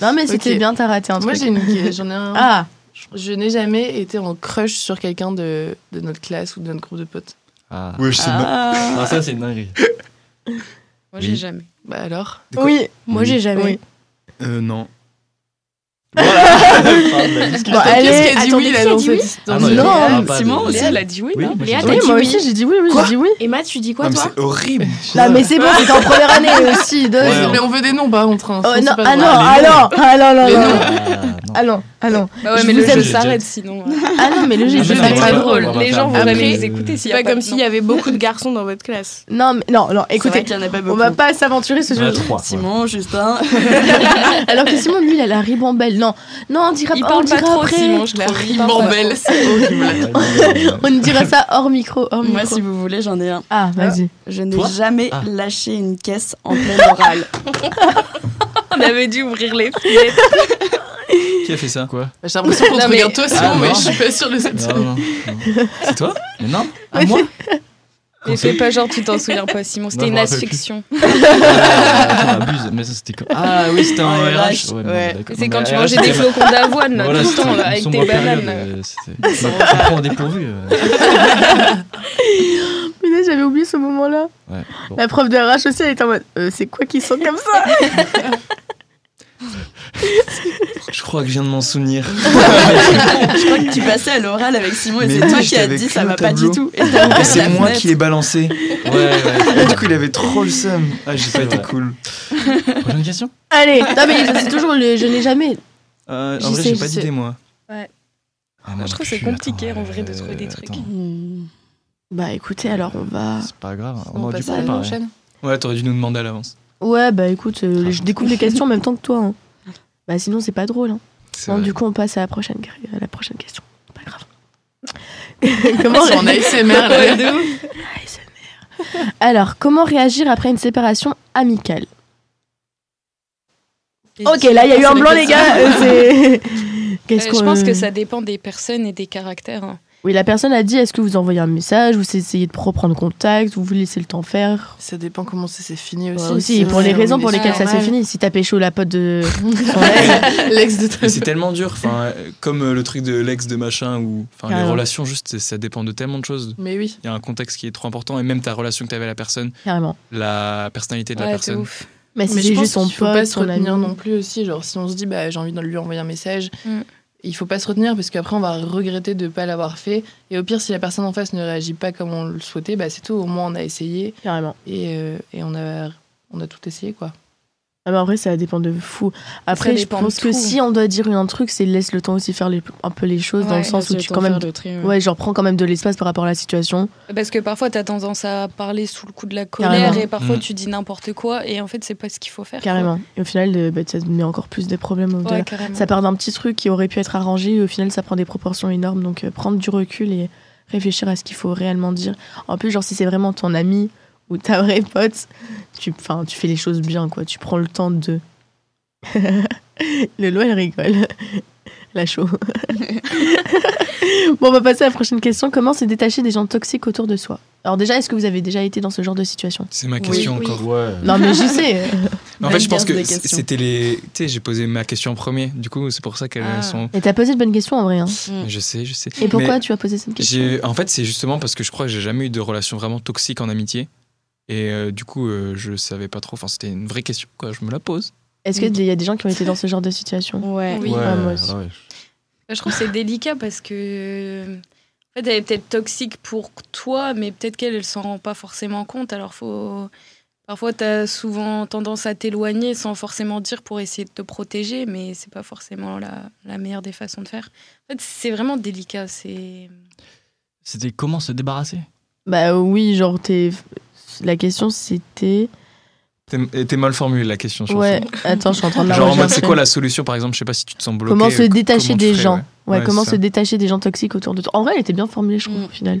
S2: Non, mais c'était
S3: Ok.
S2: bien, t'as raté un
S3: Moi,
S2: truc.
S3: j'ai une- j'en ai un.
S2: Ah,
S3: Je n'ai jamais été en crush sur quelqu'un de, de notre classe ou de notre groupe de potes.
S6: Ah.
S5: Ouais, je sais pas.
S4: Ah.
S6: Ah, ça, c'est une dinguerie.
S7: Moi,
S6: Oui.
S7: j'ai jamais.
S3: Bah alors
S5: De quoi
S2: oui.
S8: Moi, j'ai jamais.
S2: Oui.
S5: Euh, non.
S2: Bon, allez.
S3: Qu'est-ce qui a dit
S8: attendez,
S3: oui là
S8: qui a
S3: dans
S8: dit oui
S3: cette
S6: Ah, non,
S3: dans cette-
S6: il y a-
S2: Non,
S6: ah, pas
S4: Simon
S6: de-
S4: aussi.
S7: a dit oui,
S6: Oui, moi, j'ai
S8: Léa,
S6: dit
S8: t'as
S2: Oui,
S8: dit
S2: moi
S8: oui.
S2: aussi, j'ai dit oui, oui,
S8: Quoi
S2: j'ai dit oui.
S8: Emma, tu dis quoi,
S5: Non, mais
S8: toi
S5: c'est horrible.
S2: Non, mais c'est bon, c'était en première année aussi. deux.
S6: Ouais,
S3: Mais on veut des noms, par contre. hein,
S2: Oh
S3: sinon,
S2: non,
S3: c'est pas
S2: ah non,
S3: drôle.
S2: ah non, ah non, non,
S3: Les
S2: non,
S3: noms.
S6: Ah, non.
S2: ah non, ah non,
S7: Bah ouais,
S2: Je
S7: mais
S2: vous
S7: le
S2: aime.
S7: jeu s'arrête sinon. euh.
S2: ah non, mais le jeu,
S7: Le
S6: Ah,
S2: il
S7: jeu
S2: est
S6: mais
S7: va
S2: pas
S6: non,
S7: être
S6: on va
S7: très
S2: grave.
S6: pas-
S7: drôle.
S6: on va
S7: Les
S6: pas
S7: gens vont
S6: faire
S7: jamais
S6: de-
S7: les écouter s'il
S8: C'est
S7: y a
S8: pas
S7: pas
S8: comme
S7: de
S8: s'il y avait beaucoup de garçons dans votre classe.
S2: Non, mais non, non,
S4: C'est vrai
S2: écoutez,
S4: qu'il y en a pas beaucoup.
S2: on va pas s'aventurer ce
S6: Il y en a
S2: jeu.
S6: trois. ouais.
S4: Simon, Justin.
S2: Alors que Simon, lui, il a la ribambelle. Non, non, on dira,
S7: Il
S2: on
S7: parle pas
S2: dira
S7: trop,
S2: après.
S7: Simon, je
S3: La
S7: trouve. Il
S3: rime
S7: parle
S3: en
S7: pas
S3: belle,
S7: trop.
S3: c'est horrible.
S2: On ne dira ça hors micro, hors
S4: Moi,
S2: micro.
S4: si vous voulez, j'en ai un.
S2: Ah, vas-y.
S4: Je n'ai
S6: Toi
S4: jamais
S6: Ah.
S4: lâché une caisse en pleine orale.
S7: On avait dû ouvrir les fenêtres.
S5: Qui a fait ça Ah, Quoi
S3: J'ai l'impression qu'on te
S7: Non, mais-
S3: regarde toi,
S6: Ah,
S3: Simon, mais
S6: non.
S3: je suis pas sûre de cette
S6: Non, non, non.
S5: C'est toi
S6: Mais non,
S7: Ah,
S6: à moi
S7: Mais fais pas genre, tu t'en souviens pas, Simon. C'était une
S6: Non, je me rappelle
S7: asphyxion.
S6: Ah, on abuse, mais ça c'était quand Ah oui, c'était en
S4: En
S6: RH.
S4: RH,
S6: non,
S4: ouais.
S6: d'accord.
S7: C'est
S6: Non,
S7: quand
S6: mais
S7: tu
S6: RH,
S7: mangeais
S6: c'était
S7: des
S6: ma-
S7: flocons d'avoine, là,
S6: Voilà,
S7: tout le
S6: c'était
S7: temps,
S6: une
S7: là, avec
S6: sombre
S7: tes
S6: période,
S7: bananes.
S6: euh, c'était- Je me prends au dépourvu. euh.
S2: Mais là, j'avais oublié ce moment-là.
S6: Ouais, bon.
S2: La prof de RH aussi, elle était en mode, euh, c'est quoi qu'ils sont comme ça
S5: Je crois que je viens de m'en souvenir.
S4: Je crois que tu passais à l'oral avec Simon et
S5: Mais
S4: c'est
S5: oui,
S4: toi
S5: je
S4: qui as
S5: t'avais
S4: dit
S5: cru
S4: ça
S5: au
S4: va pas du
S5: tableau.
S4: tout. Et t'as ouvert
S5: Et c'est
S4: la
S5: moi
S4: fenêtre.
S5: qui l'ai balancé.
S6: Ouais, ouais.
S5: Et du coup, il avait trop le seum. Ah, j'ai pas
S6: C'est
S5: été
S6: vrai.
S5: cool.
S6: Prochaine question
S2: Allez, non, mais c'est toujours le je n'ai jamais.
S5: Euh,
S2: Je
S5: en vrai,
S2: sais,
S5: j'ai
S2: je
S5: pas
S2: sais.
S5: d'idée, moi.
S6: Ah,
S7: Moi, je trouve que c'est
S6: plus,
S7: compliqué,
S6: attends,
S7: en vrai, de
S6: euh,
S7: trouver des trucs.
S6: attends,
S4: Hmm.
S2: Bah écoutez, alors on va.
S6: Ah, C'est pas grave. on
S3: On
S6: aurait dû
S3: passe à
S6: préparer.
S3: prochaine.
S5: Ouais, t'aurais dû nous demander à l'avance.
S2: Ouais, bah écoute, euh, je découvre les questions en même temps que toi. hein. Bah sinon, c'est pas drôle. hein.
S5: C'est
S2: Bon,
S5: vrai.
S2: du coup, on passe à la prochaine, à la prochaine question. Pas grave. comment
S3: Si on a ASMR là.
S2: ASMR. Alors, comment réagir après une séparation amicale Ok, là, il y a eu un blanc, les gars. euh, c'est- Qu'est-ce
S7: Euh,
S2: qu'on-
S7: je pense que ça dépend des personnes et des caractères. hein.
S2: Oui, la personne a dit est-ce que vous envoyez un message, vous essayez de reprendre contact, vous vous laissez le temps faire
S3: Ça dépend comment ça s'est fini aussi.
S2: Ouais, aussi, pour les raisons pour lesquelles ça
S3: Ah
S2: s'est fini. Si t'as pécho la pote de son ex,
S3: L'ex de
S5: Mais
S3: ta
S5: c'est tellement dur, enfin, euh, comme euh, le truc de l'ex de machin, ou enfin, les
S2: Carrément.
S5: relations, juste, c'est- ça dépend de tellement de choses.
S3: Mais oui.
S5: Il y a un contexte qui est trop important, et même ta relation que t'avais avec la personne,
S2: carrément.
S5: la personnalité de la
S7: Ouais, de
S5: personne.
S7: ouf.
S2: Mais si
S3: Mais je
S2: c'est
S3: pense
S2: juste son
S3: qu'il faut
S2: pote,
S3: pas se
S2: son ami.
S3: retenir non plus aussi. Genre, si on se dit, bah, j'ai envie de lui envoyer un message,
S7: Mm.
S3: il faut pas se retenir parce qu'après, on va regretter de pas l'avoir fait. Et au pire, si la personne en face ne réagit pas comme on le souhaitait, bah, c'est tout. Au moins, on a essayé
S2: Carrément.
S3: et, euh, et on, a, on a tout essayé, quoi.
S2: Ah bah en vrai, ça dépend de fou. Après, je
S7: dépend de
S2: pense que
S7: tout.
S2: si on doit dire un truc, c'est laisse le temps aussi faire les- un peu les choses dans
S7: Ouais,
S2: le sens où tu quand même. Ouais, genre prends quand même de l'espace par rapport à la situation.
S7: Parce que parfois, t'as tendance à parler sous le coup de la colère
S2: Carrément.
S7: et parfois,
S5: Mm.
S7: tu dis n'importe quoi et en fait, c'est pas ce qu'il faut faire. quoi.
S2: Carrément. Et au final, euh, bah, ça te met encore plus des problèmes. au
S7: Ouais,
S2: delà.
S7: carrément.
S2: Ça part d'un petit truc qui aurait pu être arrangé et au final, ça prend des proportions énormes. Donc, euh, prendre du recul et réfléchir à ce qu'il faut réellement dire. En plus, genre, si c'est vraiment ton ami ou ta vraie pote, tu, 'fin, tu fais les choses bien, quoi. Tu prends le temps de. Lolo, elle rigole. La chaud. Bon, on va passer à la prochaine question. Comment se détacher des gens toxiques autour de soi Alors déjà, est-ce que vous avez déjà été dans ce genre de situation
S5: C'est ma question
S8: oui.
S5: encore.
S6: Ouais.
S2: Non, mais j'y sais.
S5: Mais en fait, je pense
S4: Vanguard
S5: que
S4: des questions.
S5: c'était les. Tu sais, j'ai posé ma question en premier. Du coup, c'est pour ça qu'elles
S3: Ah.
S5: sont.
S2: Et t'as posé de bonnes questions en vrai. hein.
S5: Je sais, je sais.
S2: Et pourquoi
S5: Mais
S2: tu as posé cette question
S5: j'ai- En fait, c'est justement parce que je crois que j'ai jamais eu de relation vraiment toxique en amitié. Et euh, du coup, euh, je savais pas trop. Enfin, c'était une vraie question, quoi. Je me la pose.
S2: Est-ce qu'il y a des gens qui ont été dans ce genre de situation
S4: Ouais.
S7: Oui.
S6: Ouais,
S2: Ah, moi aussi.
S6: ouais.
S7: Bah, Je trouve que c'est délicat parce que. En fait, elle est peut-être toxique pour toi, mais peut-être qu'elle, elle s'en rend pas forcément compte. Alors, faut. Parfois, tu as souvent tendance à t'éloigner sans forcément dire pour essayer de te protéger, mais c'est pas forcément la, la meilleure des façons de faire. En fait, c'est vraiment délicat. C'est.
S6: C'était comment se débarrasser
S2: Bah oui, genre t'es. La question c'était.
S5: T'es- et T'es mal formulé la question, je pense.
S2: Ouais, attends, je suis en train de la
S5: Genre en mode, c'est
S2: rechercher.
S5: quoi la solution, par exemple Je sais pas si tu te sens bloqué.
S2: Comment
S5: euh,
S2: se
S5: co-
S2: détacher
S5: comment tu
S2: des
S5: ferais,
S2: gens
S5: ouais.
S2: Ouais,
S5: Ouais,
S2: comment
S5: c'est
S2: se
S5: ça.
S2: détacher des gens toxiques autour de toi En vrai, elle était bien formulée, je trouve,
S7: Mm.
S2: au final.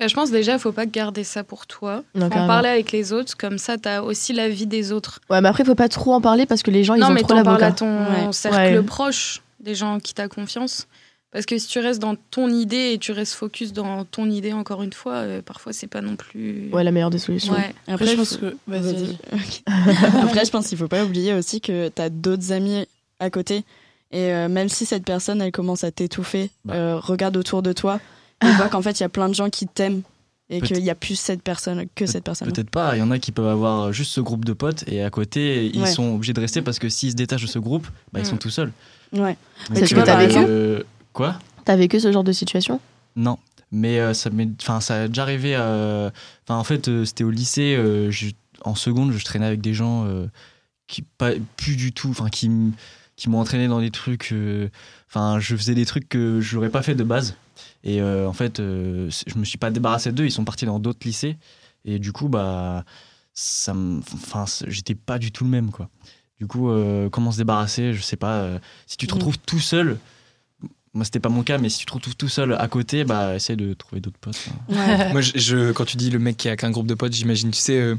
S7: Bah, je pense déjà, faut pas garder ça pour toi.
S2: Non,
S7: en
S2: carrément.
S7: parler avec les autres, comme ça, tu as aussi la vie des autres.
S2: Ouais, mais après, faut pas trop en parler parce que les gens, Oh, ils
S7: non,
S2: ont
S7: mais
S2: trop
S7: t'en
S2: la
S7: parles à
S2: boca.
S7: ton
S4: Ouais.
S7: cercle
S2: Ouais.
S7: proche, des gens qui t'as confiance. Parce que si tu restes dans ton idée et tu restes focus dans ton idée, encore une fois, euh, parfois c'est pas non plus.
S2: Ouais, la meilleure des solutions.
S7: Ouais.
S4: Après, je pense que.
S3: Vas-y,
S4: Ok. Après, je pense qu'il faut pas oublier aussi que tu as d'autres amis à côté. Et euh, même si cette personne, elle commence à t'étouffer,
S6: Bah.
S4: euh, regarde autour de toi et vois qu'en fait, il y a plein de gens qui t'aiment et
S6: Peut-
S4: qu'il y a plus cette personne que cette
S7: Ah.
S4: personne.
S6: Peut-être pas. Il y en a qui peuvent avoir juste ce groupe de potes et à côté, ils
S4: Ouais.
S6: sont obligés de rester parce que s'ils se détachent de ce groupe, bah, ils sont
S7: Mm.
S6: tout seuls.
S4: Ouais.
S6: Donc,
S2: C'est ce que t'as vécu
S6: euh, Quoi
S2: T'as vécu ce genre de situation
S6: Non. Mais euh, ça m'est, enfin, ça a déjà arrivé. euh, Enfin, en fait, euh, c'était au lycée. euh, je- en seconde, je traînais avec des gens euh, qui pas plus du tout, enfin, qui m- qui m'ont entraîné dans des trucs. euh, Enfin, je faisais des trucs que je n'aurais pas fait de base. Et euh, en fait, euh, c- je me suis pas débarrassé d'eux. Ils sont partis dans d'autres lycées. Et du coup, bah, ça, me- enfin, c- j'étais pas du tout le même, quoi. Du coup, euh, comment se débarrasser Je sais pas. euh, si tu te
S4: Mhm.
S6: retrouves tout seul, moi c'était pas mon cas, mais si tu te retrouves tout seul à côté, bah, essaye de trouver d'autres potes. hein.
S5: Moi, je, je- quand tu dis le mec qui a qu'un groupe de potes, j'imagine, tu sais, euh,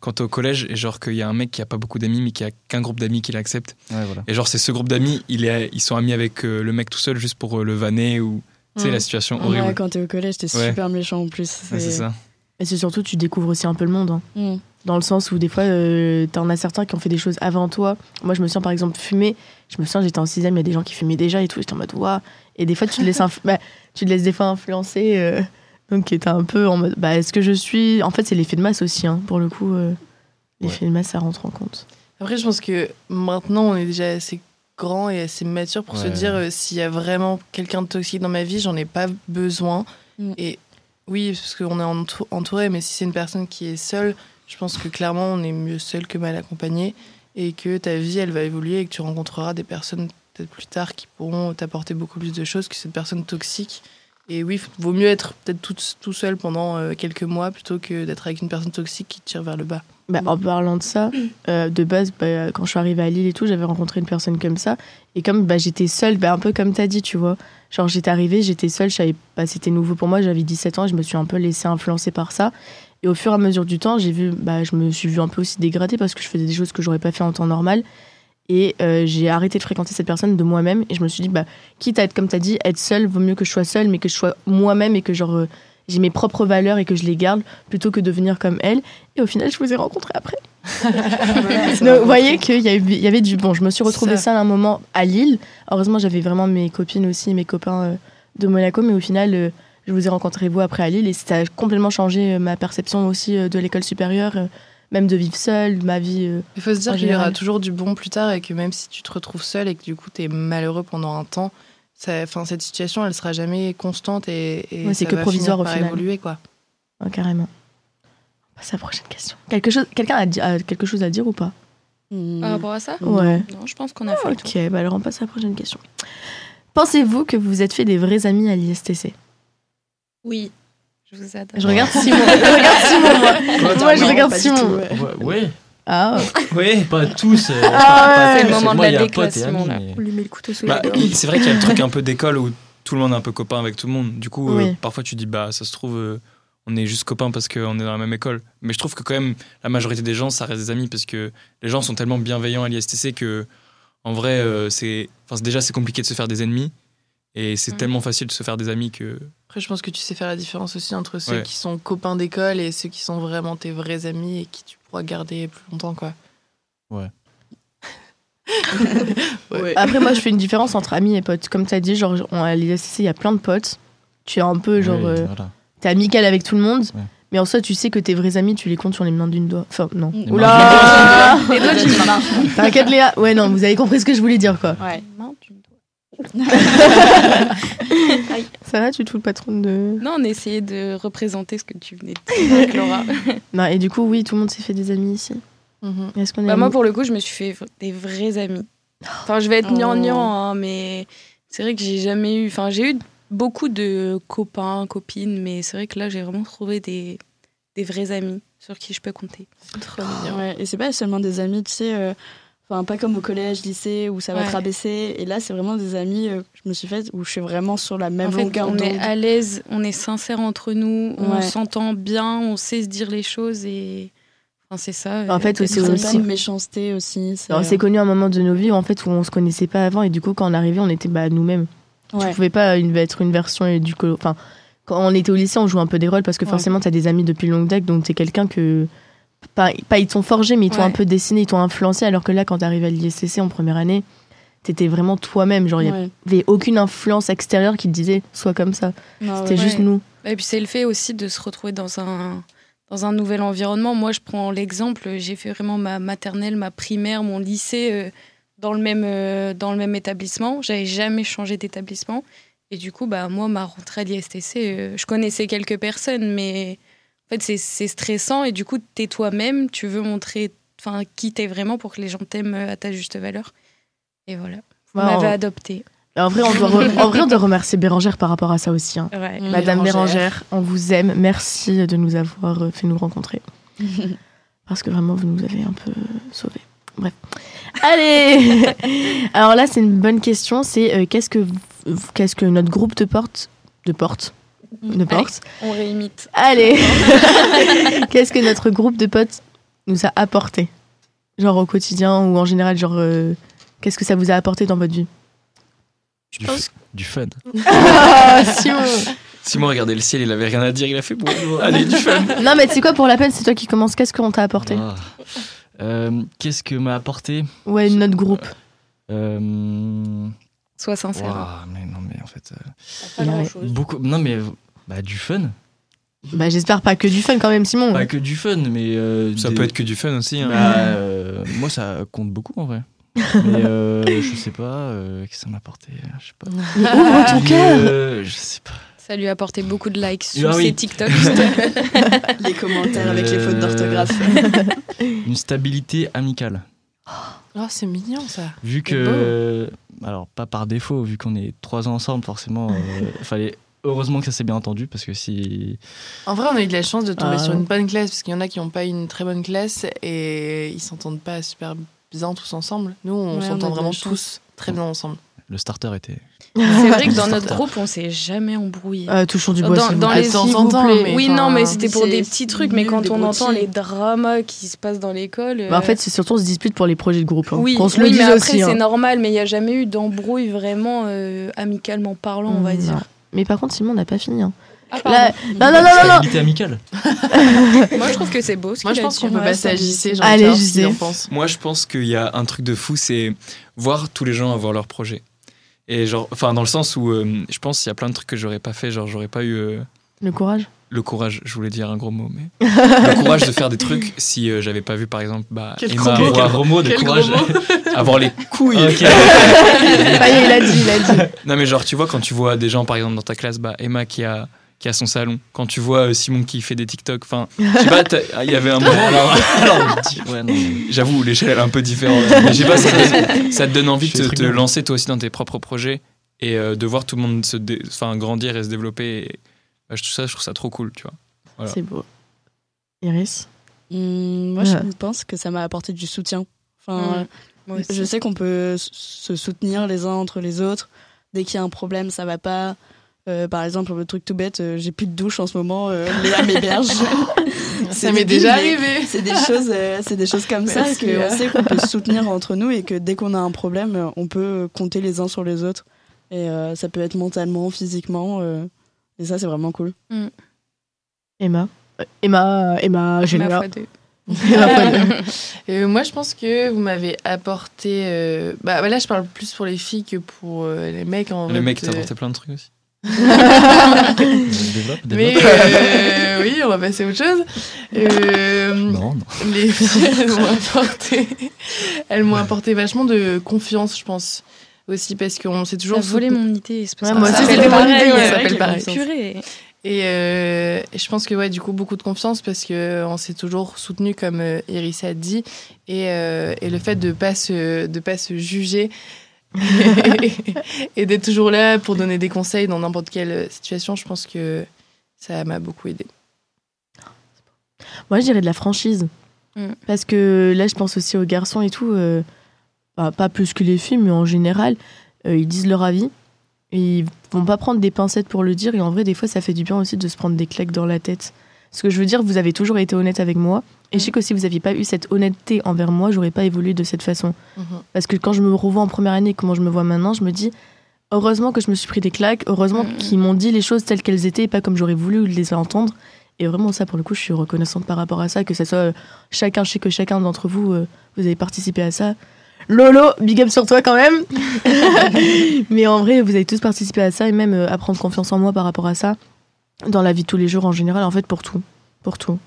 S5: quand t'es au collège, et genre qu'il y a un mec qui a pas beaucoup d'amis, mais qui a qu'un groupe d'amis qui l'accepte.
S6: Ouais, voilà.
S5: Et genre, c'est ce groupe d'amis, il est, ils sont amis avec euh, le mec tout seul juste pour euh, le vanner ou. Tu sais,
S2: Mm.
S5: la situation horrible.
S4: Ouais, quand t'es au collège, t'es
S5: Ouais.
S4: super méchant en plus.
S5: Ouais, c'est ça.
S2: Et c'est surtout, tu découvres aussi un peu le monde. hein.
S4: Mm.
S2: Dans le sens où des fois, euh, t'en as certains qui ont fait des choses avant toi. Moi, je me sens par exemple fumer. Je me sens, j'étais en 6 il y a des gens qui fumaient déjà et tout. J'étais en mode, waouh. Et des fois, tu te laisses, inf- bah, tu te laisses des fois influencer. euh, donc, t'es un peu en mode, bah, est-ce que je suis. En fait, c'est l'effet de masse aussi, hein, pour le coup. euh, l'effet de masse, ça rentre en compte.
S3: Après, je pense que maintenant, on est déjà assez grand et assez mature pour se
S6: Ouais.
S3: dire euh, s'il y a vraiment quelqu'un de toxique dans ma vie, j'en ai pas besoin.
S4: Mm.
S3: Et oui, parce qu'on est entou- entouré, mais si c'est une personne qui est seule, je pense que clairement, on est mieux seul que mal accompagné et que ta vie, elle va évoluer et que tu rencontreras des personnes peut-être plus tard qui pourront t'apporter beaucoup plus de choses que cette personne toxique. Et oui, faut- vaut mieux être peut-être tout, tout seul pendant euh, quelques mois plutôt que d'être avec une personne toxique qui te tire vers le bas.
S2: Bah, en parlant de ça, euh, de base, bah, quand je suis arrivée à Lille et tout, j'avais rencontré une personne comme ça. Et comme bah, j'étais seule, bah, un peu comme t'as dit, tu vois. Genre, j'étais arrivée, j'étais seule, je savais pas, c'était nouveau pour moi, j'avais 17 ans, je me suis un peu laissée influencer par ça. Et au fur et à mesure du temps, j'ai vu, bah, je me suis vue un peu aussi dégradée parce que je faisais des choses que j'aurais pas fait en temps normal. Et euh, j'ai arrêté de fréquenter cette personne de moi-même. Et je me suis dit, bah, quitte à être, comme t'as dit, être seule, vaut mieux que je sois seule, mais que je sois moi-même et que genre, euh, j'ai mes propres valeurs et que je les garde plutôt que devenir comme elle. Et au final, je vous ai rencontré après. Donc, vous voyez qu'il y, avait- il y avait du bon. Je me suis retrouvée
S3: Ça.
S2: seule à un moment à Lille. Heureusement, j'avais vraiment mes copines aussi, mes copains euh, de Monaco. Mais au final, euh, je vous ai rencontré vous après à Lille. Et ça a complètement changé euh, ma perception aussi euh, de l'école supérieure, euh, même de vivre seule, ma vie. euh.
S3: Il faut se dire
S2: En
S3: qu'il y aura
S2: général.
S3: toujours du bon plus tard et que même si tu te retrouves seul et que du coup tu es malheureux pendant un temps, ça, enfin, cette situation elle sera jamais constante et, et
S2: Ouais, c'est
S3: ça
S2: que
S3: va
S2: provisoire
S3: finir
S2: au
S3: par
S2: final.
S3: évoluer quoi.
S2: Ouais, carrément. On passe à la prochaine question. Quelque chose, quelqu'un a, di- a quelque chose à dire ou pas
S4: Mm.
S7: Par rapport à ça
S2: Ouais.
S7: Non, je pense qu'on a fait le tour.
S2: Ok, bah alors on passe à la prochaine question. Pensez-vous que vous vous êtes fait des vrais amis à l'ISTC
S7: Oui, je vous adore.
S2: Je regarde Simon. je regarde Simon, moi. moi, je
S4: Non,
S2: regarde
S4: pas du
S2: Simon.
S4: tout, ouais.
S6: Ouais, ouais,
S2: Ah,
S5: Oui.
S6: pas tous. euh,
S2: Ah ouais.
S6: pas- pas tous,
S7: C'est le moment de
S6: moi,
S7: la
S6: il y a un
S7: déclassement,
S6: pote et
S7: là.
S6: ami, mais-
S8: On lui met le couteau sous
S5: Bah,
S8: la gorge.
S5: il- c'est vrai qu'il y a le truc un peu d'école où tout le monde est un peu copain avec tout le monde. Du coup, euh,
S2: Oui.
S5: parfois tu dis, bah, ça se trouve, euh, on est juste copains parce qu'on est dans la même école. Mais je trouve que quand même, la majorité des gens, ça reste des amis parce que les gens sont tellement bienveillants à l'ISTC que, en vrai, euh, c'est. Enfin, c'est- déjà, c'est compliqué de se faire des ennemis. Et c'est
S7: Mm.
S5: tellement facile de se faire des amis que.
S3: Après, je pense que tu sais faire la différence aussi entre ceux
S5: Ouais.
S3: qui sont copains d'école et ceux qui sont vraiment tes vrais amis et qui tu pourras garder plus longtemps, quoi.
S6: Ouais.
S3: Ah ouais.
S2: Après, moi, je fais une différence entre amis et potes. Comme tu as dit, genre, on- à l'ISCC, il y a plein de potes. Tu es un peu, genre,
S6: Oui,
S2: euh,
S6: voilà.
S2: t'es amical avec tout le monde.
S6: Ouais.
S2: Mais en soi, tu sais que tes vrais amis, tu les comptes sur les mains d'une doigt. Enfin, non.
S6: Les
S3: Ah.
S2: Oula
S8: Et toi, tu
S2: T'inquiète, Léa. Ouais, non, vous avez compris ce que je voulais dire, quoi.
S4: Ouais.
S7: Main, tu me dois.
S2: Ça va, tu te fous le patron de.
S7: Non, on essayait de représenter ce que tu venais de dire avec Laura.
S2: Non, et du coup, oui, tout le monde s'est fait des amis ici.
S3: Mhm.
S2: Est-ce qu'on est
S7: Bah, moi,
S2: amis
S7: pour le coup, je me suis fait v- des vrais amis. Enfin, je vais être
S4: Oh.
S7: gnangnan, hein, mais c'est vrai que j'ai jamais eu. Enfin, j'ai eu beaucoup de copains, copines, mais c'est vrai que là, j'ai vraiment trouvé des, des vrais amis sur qui je peux compter.
S3: Trop mignon.
S4: Ouais, et c'est pas seulement des amis, tu sais, euh, enfin pas comme au collège, lycée où ça va te
S7: Ouais.
S4: rabaisser. Et là, c'est vraiment des amis euh, que je me suis faite où je suis vraiment sur la même
S7: en fait,
S4: longueur
S7: on
S4: d'onde.
S7: est à l'aise, on est sincère entre nous, on
S4: Ouais.
S7: s'entend bien, on sait se dire les choses et. Enfin, c'est ça.
S2: En
S7: euh,
S2: fait,
S7: être
S2: aussi,
S4: C'est
S7: sincère.
S4: aussi
S2: aussi-
S4: une méchanceté aussi. C'est
S2: Alors, c'est connu à un moment de nos vies où, en fait où on se connaissait pas avant et du coup quand on arrivait on était bah, nous-mêmes. On
S4: Ouais.
S2: pouvait pas une- être une version et du colo- enfin quand on était au lycée on jouait un peu des rôles parce que
S4: Ouais.
S2: forcément t'as des amis depuis longue date donc t'es quelqu'un que pas, pas ils t'ont forgé mais ils t'ont
S7: Ouais.
S2: un peu dessiné ils t'ont influencé alors que là quand t'arrives à l'ISCC en première année t'étais vraiment toi-même genre il
S4: Ouais. Mm.
S2: y avait aucune influence extérieure qui te disait sois comme ça
S4: Non,
S2: c'était
S4: ouais.
S2: juste
S7: Ouais.
S2: nous
S7: Et puis c'est le fait aussi de se retrouver dans un, dans un nouvel environnement. Moi, je prends l'exemple, j'ai fait vraiment ma maternelle, ma primaire, mon lycée euh, dans, le même, euh, dans le même établissement. J'avais jamais changé d'établissement. Et du coup, bah, moi, ma rentrée à l'ISTC, euh, je connaissais quelques personnes, mais en fait, c'est- c'est stressant. Et du coup, t'es toi-même, tu veux montrer enfin, qui t'es vraiment pour que les gens t'aiment euh, à ta juste valeur. Et voilà. Vous
S2: Ouais,
S7: m'avez
S2: en-
S7: adopté.
S2: en vrai on doit re- en vrai on doit remercier Bérangère par rapport à ça aussi hein.
S7: Ouais.
S4: Mm.
S2: Madame
S3: Bérangère.
S2: Bérangère, on vous aime. Merci de nous avoir euh, fait nous rencontrer. Parce que vraiment, vous nous avez un peu euh, sauvés. Bref. Allez Alors là, c'est une bonne question. C'est euh, qu'est-ce que v- qu'est-ce que notre groupe de porte de porte de porte
S7: On réimite.
S2: Allez, Qu'est-ce que notre groupe de potes nous a apporté Genre au quotidien ou en général, genre euh, qu'est-ce que ça vous a apporté dans votre vie
S6: Du, f- du fun.
S5: Simon regardait le ciel, il avait rien à dire, il a fait bonjour. Allez, du fun.
S2: Non, mais tu sais quoi pour la peine, c'est toi qui commence. Qu'est-ce qu'on t'a apporté
S6: Ah. Euh, Qu'est-ce que m'a apporté
S2: Ouais, notre groupe.
S6: Euh,
S7: Sois sincère.
S6: ouah, mais non, mais en fait. euh,
S8: Pas
S2: Non.
S8: grand-chose.
S6: beaucoup. Non, mais. euh, Bah, du fun.
S2: Bah, j'espère pas que du fun quand même, Simon.
S6: Pas que du fun, mais. euh,
S5: Ça
S6: des-
S5: peut être que du fun aussi. hein.
S6: Bah, euh, moi, ça compte beaucoup en vrai. Mais euh, je sais pas, euh, qu'est-ce que ça m'a apporté Je sais pas.
S2: Mais ouvre ton
S6: Mais,
S2: cœur
S6: euh, Je sais pas.
S7: Ça lui a apporté beaucoup de likes sous
S6: Ah oui.
S7: ses TikTok.
S4: Les commentaires avec les fautes d'orthographe.
S6: Euh, Une stabilité amicale.
S3: Oh, c'est mignon ça.
S6: Vu
S3: C'est beau.
S6: que. Alors, pas par défaut, vu qu'on est trois ans ensemble, forcément, euh, fallait. Heureusement que ça s'est bien entendu, parce que si.
S3: En vrai, on a eu de la chance de tomber
S2: Ah.
S3: sur une bonne classe parce qu'il y en a qui n'ont pas une très bonne classe et ils s'entendent pas super bien tous ensemble. Nous,
S4: Ouais, on
S3: on
S4: a
S3: s'entend
S4: de la
S3: vraiment
S4: chance.
S3: tous très bien ensemble.
S6: Le starter était.
S7: C'est vrai que dans
S6: Starter.
S7: notre groupe, on s'est jamais embrouillé.
S2: Euh, Touchons du bois.
S7: dans
S2: s'il vous
S7: dans
S2: plaît.
S7: les
S3: de temps
S7: s'il
S3: en
S7: vous
S3: temps,
S7: plaît.
S3: mais
S7: Oui,
S3: enfin,
S7: non, mais c'était pour
S4: c'est-
S7: des petits trucs. Mais
S4: nul,
S7: quand
S4: des
S7: on
S4: gros
S7: entend
S4: tirs.
S7: les dramas qui se passent dans l'école.
S2: Bah, en
S7: euh,
S2: fait, c'est surtout on se dispute pour les projets de groupe. hein.
S7: oui,
S2: Qu'on se le
S7: oui, mais
S2: dise
S7: après,
S2: aussi.
S7: c'est
S2: hein.
S7: normal, mais il n'y a jamais eu d'embrouille vraiment euh, amicalement parlant, on va
S2: Non.
S7: dire.
S2: Mais par contre, Simon n'a pas fini. hein.
S7: Ah,
S2: Là- Non, non, non, non, non.
S6: Stabilité amicale
S7: pardon. Moi, je trouve que c'est beau. ce
S3: Moi, je
S7: qu'il a
S3: pense
S7: dit.
S3: qu'on peut
S7: Ouais,
S3: passer
S7: ça-
S3: à JC. j'ai
S2: Allez,
S3: envie de savoir ce qu'il
S2: JC.
S3: en pense.
S5: Moi, je pense qu'il y a un truc de fou, c'est voir tous les gens avoir leur projet. Et genre, enfin, dans le sens où euh, je pense qu'il y a plein de trucs que j'aurais pas fait, genre j'aurais pas eu euh,
S2: Le courage.
S5: le courage, je voulais dire un gros mot, mais le courage de faire des trucs si euh, j'avais pas vu par exemple bah, Emma avoir,
S6: mot Ah, de
S3: Quel gros
S6: courage
S3: mot.
S5: avoir les couilles.
S6: Ok.
S2: Ça y est, il a dit, il a dit.
S5: Non, mais genre, tu vois, quand tu vois des gens par exemple dans ta classe, bah, Emma qui a, qui a son salon, quand tu vois euh, Simon qui fait des TikTok, enfin, je sais pas, t'as- ah, il y avait un moment. alors- alors,
S6: Ouais, non, mais-
S5: J'avoue, l'échelle elle est un peu différente. Mais je sais pas, ça te, ça te donne envie
S6: Je fais
S5: de
S6: des
S5: te,
S6: trucs
S5: te
S6: bien.
S5: lancer toi aussi dans tes propres projets et euh, de voir tout le monde se dé- enfin, grandir et se développer. Et, bah, je, trouve ça, je trouve ça trop cool, tu vois. Voilà.
S2: C'est beau. Iris
S4: Hum, moi, je
S2: Ouais.
S4: pense que ça m'a apporté du soutien. Enfin, euh,
S7: Ouais. Moi aussi.
S4: Je sais qu'on peut s- se soutenir les uns entre les autres. Dès qu'il y a un problème, ça va pas. Euh, par exemple, le truc tout bête, euh, j'ai plus de douche en ce moment, euh, Léa m'héberge.
S3: Ça
S4: C'est
S3: m'est
S4: débile,
S3: déjà
S4: mais
S3: arrivé.
S4: C'est des choses, euh, c'est des choses comme
S3: Merci,
S4: ça
S3: Léa.
S4: que on sait qu'on peut se soutenir entre nous et que dès qu'on a un problème, euh, on peut compter les uns sur les autres. Et euh, ça peut être mentalement, physiquement. euh, et ça, c'est vraiment cool.
S2: Emma. Euh, Emma, Emma, j'ai
S7: Ma
S2: là.
S7: foi deux.
S3: Euh, moi, je pense que vous m'avez apporté. euh, Bah, bah là, je parle plus pour les filles que pour euh, les mecs en
S5: Le
S3: vrai,
S5: mec,
S3: parce
S5: t'as
S3: que-
S5: apporté plein de trucs aussi.
S6: Développe,
S3: Mais
S6: développe.
S3: euh, oui, on va passer à autre chose. Euh,
S6: Non, non.
S3: les filles, elles m'ont apporté, elles m'ont apporté vachement de confiance, je pense. Aussi, parce qu'on s'est
S7: T'as
S3: toujours.
S7: volé
S3: soutenu-
S7: mon idée. c'est pour
S2: Ouais,
S7: ça
S2: moi
S7: que
S2: aussi,
S7: ça
S2: c'était
S7: s'appelle
S2: mon
S7: pareil, hein.
S2: idée,
S7: ouais.
S2: ça
S3: s'appelle pareil.
S7: Purée.
S3: Et, euh, et je pense que, ouais, du coup, beaucoup de confiance parce qu'on s'est toujours soutenu, comme euh, Iris a dit. Et, euh, et le fait de ne pas, se- de pas se juger et d'être toujours là pour donner des conseils dans n'importe quelle situation, je pense que ça m'a beaucoup aidé.
S2: Moi, je dirais de la franchise.
S7: Mm.
S2: Parce que là, je pense aussi aux garçons et tout. euh, bah, pas plus que les filles, mais en général, euh, ils disent leur avis. Et ils vont pas prendre des pincettes pour le dire. Et en vrai, des fois, ça fait du bien aussi de se prendre des claques dans la tête. Parce que je veux dire, vous avez toujours été honnête avec moi. Et je sais que si vous n'aviez pas eu cette honnêteté envers moi, j'aurais pas évolué de cette façon.
S3: Mhm.
S2: Parce que quand je me revois en première année et comment je me vois maintenant, je me dis heureusement que je me suis pris des claques, heureusement
S7: Mm.
S2: qu'ils m'ont dit les choses telles qu'elles étaient et pas comme j'aurais voulu les entendre. Et vraiment, ça, pour le coup, je suis reconnaissante par rapport à ça, que ça soit euh, chacun, je sais que chacun d'entre vous, euh, vous avez participé à ça. Lolo, big up sur toi quand même. Mais en vrai, vous avez tous participé à ça et même euh, à prendre confiance en moi par rapport à ça, dans la vie de tous les jours en général, en fait, pour tout. Pour tout.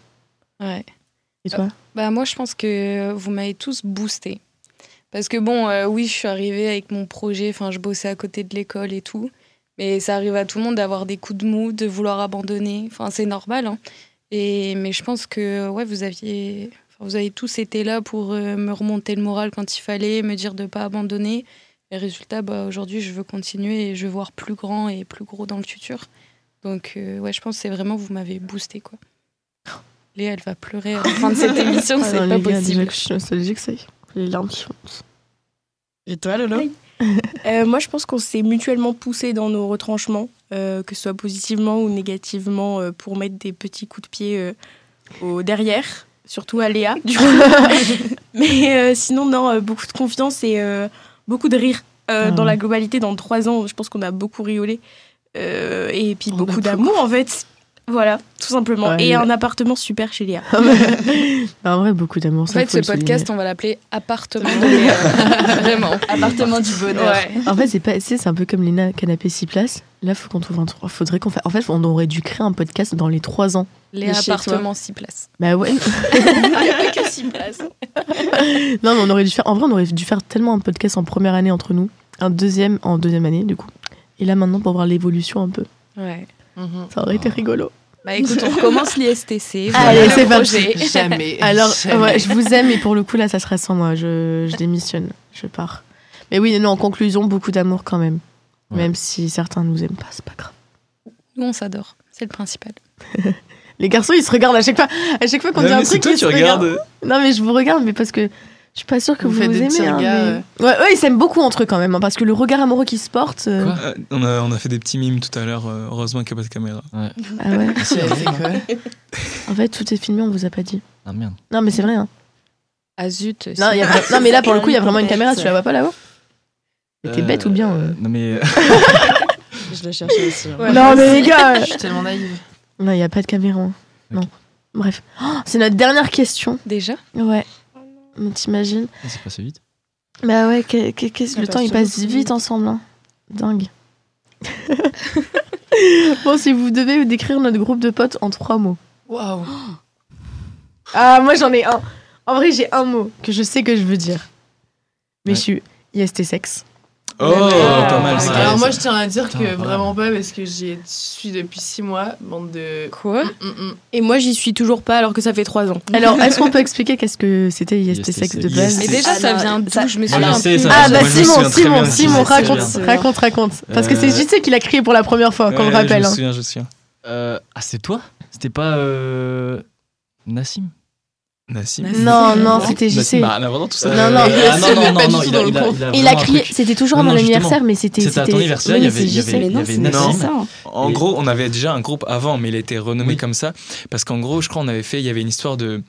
S7: Ouais.
S2: Et toi
S7: Bah moi, je pense que vous m'avez tous boosté. Parce que bon, euh, oui, je suis arrivée avec mon projet, enfin, je bossais à côté de l'école et tout. Mais ça arrive à tout le monde d'avoir des coups de mou, de vouloir abandonner. Enfin, c'est normal. hein. Et, mais je pense que ouais, vous aviez, enfin, vous avez tous été là pour euh, me remonter le moral quand il fallait, me dire de pas abandonner. Et résultat, bah, aujourd'hui, je veux continuer et je veux voir plus grand et plus gros dans le futur. Donc, euh, ouais, je pense que c'est vraiment vous m'avez boosté, quoi. Léa, elle va pleurer à la fin de cette émission,
S2: Ah
S7: c'est
S2: non,
S7: pas
S2: les gars, déjà
S7: possible.
S2: que je suis nostalgique, ça y est. Les larmes qui font.
S4: Et toi, Lolo
S8: Oui. Euh, moi, je pense qu'on s'est mutuellement poussé dans nos retranchements, euh, que ce soit positivement ou négativement, euh, pour mettre des petits coups de pied euh, au derrière, surtout à Léa. du coup. Mais euh, sinon, non, euh, beaucoup de confiance et euh, beaucoup de rire euh,
S2: Ah
S8: dans
S2: ouais.
S8: la globalité. Dans trois ans, je pense qu'on a beaucoup riolé Euh, et puis
S2: On a
S8: beaucoup
S2: beaucoup.
S8: d'amour en fait. Voilà, tout simplement.
S2: Ouais,
S8: et
S2: Léa.
S8: un appartement super chez Léa.
S2: en vrai, beaucoup d'amour.
S7: En fait, ce podcast, on va l'appeler Appartement de Léa. Vraiment.
S4: Appartement du bonheur.
S7: Ouais.
S2: En fait, c'est pas, c'est c'est un peu comme Lena, canapé 6 places. Là, faut qu'on trouve un truc. Faudrait qu'on fasse. En fait, on aurait dû créer un podcast dans les 3 ans.
S7: Léa,
S4: Mais chez toi.
S7: appartement 6 places.
S2: Bah ouais.
S8: Ah, que six places.
S2: Non, mais on aurait dû faire. En vrai, on aurait dû faire tellement un podcast en première année entre nous, un deuxième en deuxième année du coup. Et là maintenant pour voir l'évolution un peu,
S7: Ouais.
S3: Mhm.
S2: ça aurait été rigolo.
S7: Bah écoute, on recommence l'ISTC.
S2: Allez, c'est
S7: parti.
S3: Jamais.
S2: Alors,
S3: jamais.
S2: ouais, je vous aime, mais pour le coup là, ça sera sans moi. Je, je démissionne, je pars. Mais oui, non, en conclusion, beaucoup d'amour quand même,
S6: Ouais.
S2: même si certains nous aiment pas, c'est pas grave.
S7: Nous, on s'adore. C'est le principal.
S2: Les garçons, ils se regardent à chaque fois. À chaque fois qu'on
S5: Non,
S2: dit un
S5: mais c'est
S2: truc,
S5: toi
S2: ils
S5: qui
S2: se regardent.
S5: regardes.
S2: Non, mais je vous regarde, mais parce que je suis pas sûre que
S3: Vous
S2: vous,
S3: faites
S2: vous
S3: des petits
S2: aimez. hein,
S3: regards,
S2: mais- Ouais, eux, ils s'aiment beaucoup entre eux quand même, hein, parce que le regard amoureux qui se porte. euh,
S6: Quoi
S5: Euh, on, a, on a fait des petits mimes tout à l'heure. euh, Heureusement qu'il n'y a pas de caméra.
S2: Ah ouais.
S3: C'est c'est quoi
S2: En fait, tout est filmé, on vous a pas dit.
S6: Ah merde.
S2: Non, mais c'est vrai. hein.
S7: Ah zut.
S2: Non,
S7: si.
S2: y a vra- non, mais là, pour le coup, il y a vraiment une
S4: bête.
S2: caméra. Tu la vois pas là-haut Mais t'es
S6: Euh,
S2: bête ou bien euh
S6: Non mais.
S4: Je le cherchais aussi. hein.
S7: Ouais.
S2: Non, mais les gars
S3: Je suis tellement naïve.
S2: Non, il y a pas de caméra. hein. Non. Bref. Oh, c'est notre dernière question.
S7: Déjà
S2: Ouais.
S3: Oh
S2: Mais T'imagines
S6: C'est passé vite.
S2: Bah ouais, que- que- qu'est-ce-
S8: Ça
S2: le
S8: passe
S2: temps il
S8: trop
S2: passe
S8: vite.
S2: vite ensemble. hein. Dingue. bon, si vous devez décrire notre groupe de potes en trois mots.
S3: Waouh.
S2: Ah, moi j'en ai un. En vrai, j'ai un mot que je sais que je veux dire. Mais
S6: Ouais.
S2: je suis IST sexe.
S5: Oh, pas mal ça.
S3: Alors moi, je tiens à dire
S6: Putain,
S3: que
S6: pas mal.
S3: vraiment pas parce que j'y suis depuis six mois. Bande de. Mm,
S7: Quoi
S3: Mm-mm.
S8: Et moi, j'y suis toujours pas alors que ça fait trois ans.
S2: Alors, est-ce qu'on peut expliquer qu'est-ce que c'était IST
S6: IST
S2: sexe de
S6: sexe.
S2: base
S7: Mais
S6: C'est-
S7: déjà, ça
S4: Alors,
S7: vient d'où
S4: ça-
S7: Je me
S6: Moi, je
S7: souviens
S6: sais,
S7: plus.
S6: ça-
S2: Ah
S6: Moi,
S2: bah
S6: je me
S2: Simon,
S6: souviens très
S2: Simon,
S6: bien,
S2: Simon,
S6: je me
S2: raconte,
S6: souviens
S4: très bien.
S2: raconte, raconte. Parce que c'est
S6: hein. Euh,
S2: JC qui l'a crié pour la première fois, qu'on
S5: Ouais,
S2: le rappelle.
S5: Je
S2: hein.
S5: me souviens, je me souviens.
S6: Euh, ah c'est toi C'était pas euh, Nassim
S2: Bah,
S5: Nassim.
S7: Nassim.
S2: Non, non, c'était JC.
S5: Nassim, bah, rien à voir dans tout ça.
S2: Non, non,
S6: Ah,
S2: Nassim
S6: non,
S3: n'est
S6: non,
S3: pas
S6: non,
S3: du
S6: il
S3: tout
S6: a-
S3: dans
S6: il a- il
S3: le
S6: a
S2: Il a
S6: vraiment un
S2: crié,
S6: truc.
S2: c'était toujours
S6: Non,
S2: avant
S6: non,
S2: l'anniversaire, mais c'était.
S6: C'était à ton anniversaire,
S2: oui,
S6: il y
S2: c'est
S6: avait, il y
S2: JC.
S6: avait,
S4: Mais
S6: il y
S4: non,
S6: avait
S4: c'est
S6: Nassim.
S4: ça. hein.
S5: En
S6: Et-
S5: gros, on avait déjà un groupe avant, mais il était renommé
S6: Oui.
S5: comme ça parce qu'en gros, je crois, on avait fait. Il y avait une histoire de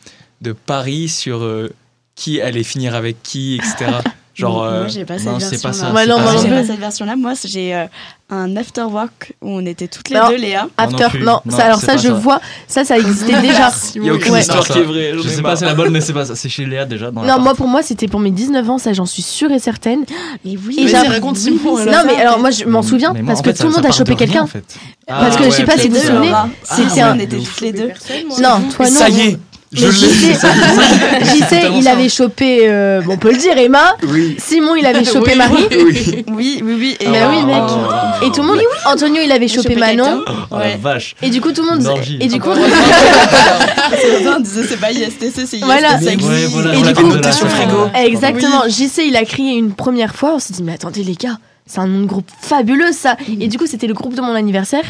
S5: de paris sur euh, qui allait finir avec qui, etc. Genre,
S4: Mais
S5: euh,
S4: moi, j'ai pas
S6: non,
S4: cette
S6: c'est pas ça,
S4: version-là.
S2: Ouais, non,
S6: c'est
S2: moi
S6: pas
S2: non
S6: ça.
S4: j'ai
S2: plus.
S4: pas cette version-là. Moi, j'ai euh, un after work où on était toutes les
S2: Non.
S4: deux, Léa.
S2: After,
S6: non plus.
S2: non,
S6: Non,
S2: ça, alors
S6: c'est
S2: ça,
S6: pas
S2: je
S6: ça.
S2: vois, ça, ça existait déjà.
S5: il y a aucune
S2: Ouais.
S5: histoire
S6: Non,
S5: qui est
S6: ça-
S5: vraie. j'en
S6: Je
S5: ai
S6: sais
S5: marre.
S6: pas, c'est la bonne, mais c'est pas ça. C'est chez Léa déjà. dans la
S2: Non, moi, pour moi, c'était pour mes 19 ans, ça, j'en suis sûre et certaine.
S4: Mais oui,
S2: Et
S3: Vas-y,
S2: j'ai-
S3: raconte Simon. alors.
S2: Non, mais alors, moi, je m'en
S6: Mais-
S2: souviens
S6: mais moi,
S2: parce
S6: en
S2: que
S6: fait,
S2: tout le
S6: ça-
S2: monde
S6: ça
S2: a
S6: part
S2: chopé
S6: de rien,
S2: quelqu'un.
S6: en fait.
S2: Parce
S6: Ah,
S2: que je sais
S6: ouais,
S2: pas si
S4: les
S2: vous vous
S4: deux,
S2: souvenez.
S4: Laura.
S2: c'est-
S4: Ah,
S2: c'est
S4: ouais,
S2: un-
S4: on était toutes les deux.
S2: Non, toi, Ah non.
S5: Ça y est, je
S2: Mais JC,
S5: l'ai.
S2: JC, il avait chopé, euh, bon, on peut le dire, Emma.
S5: Oui.
S2: Simon, il avait chopé
S3: Ah, Oui.
S2: Marie.
S5: Oui.
S4: Oui, oui, oui. Et
S2: Bah
S4: euh,
S2: oui, mec.
S6: Oh.
S2: Et tout le monde. Antonio, il avait
S4: on chopait
S2: chopé Manon.
S4: quelqu'un.
S6: Oh la
S4: Ouais.
S6: vache.
S2: Et du coup, tout le monde.
S6: Une orgie.
S2: Et du coup,
S4: on disait c'est pas ISTC, c'est
S2: Voilà.
S4: ISTC.
S6: Ouais, voilà,
S2: Et
S6: on
S2: du
S6: l'a
S2: coup-
S6: fait de la-
S5: Sur le frigo.
S2: Exactement. JC, il a crié une première fois. On s'est dit, mais attendez, les gars, c'est un nom de groupe fabuleux, ça.
S6: Mm.
S2: Et du coup, c'était le groupe de mon anniversaire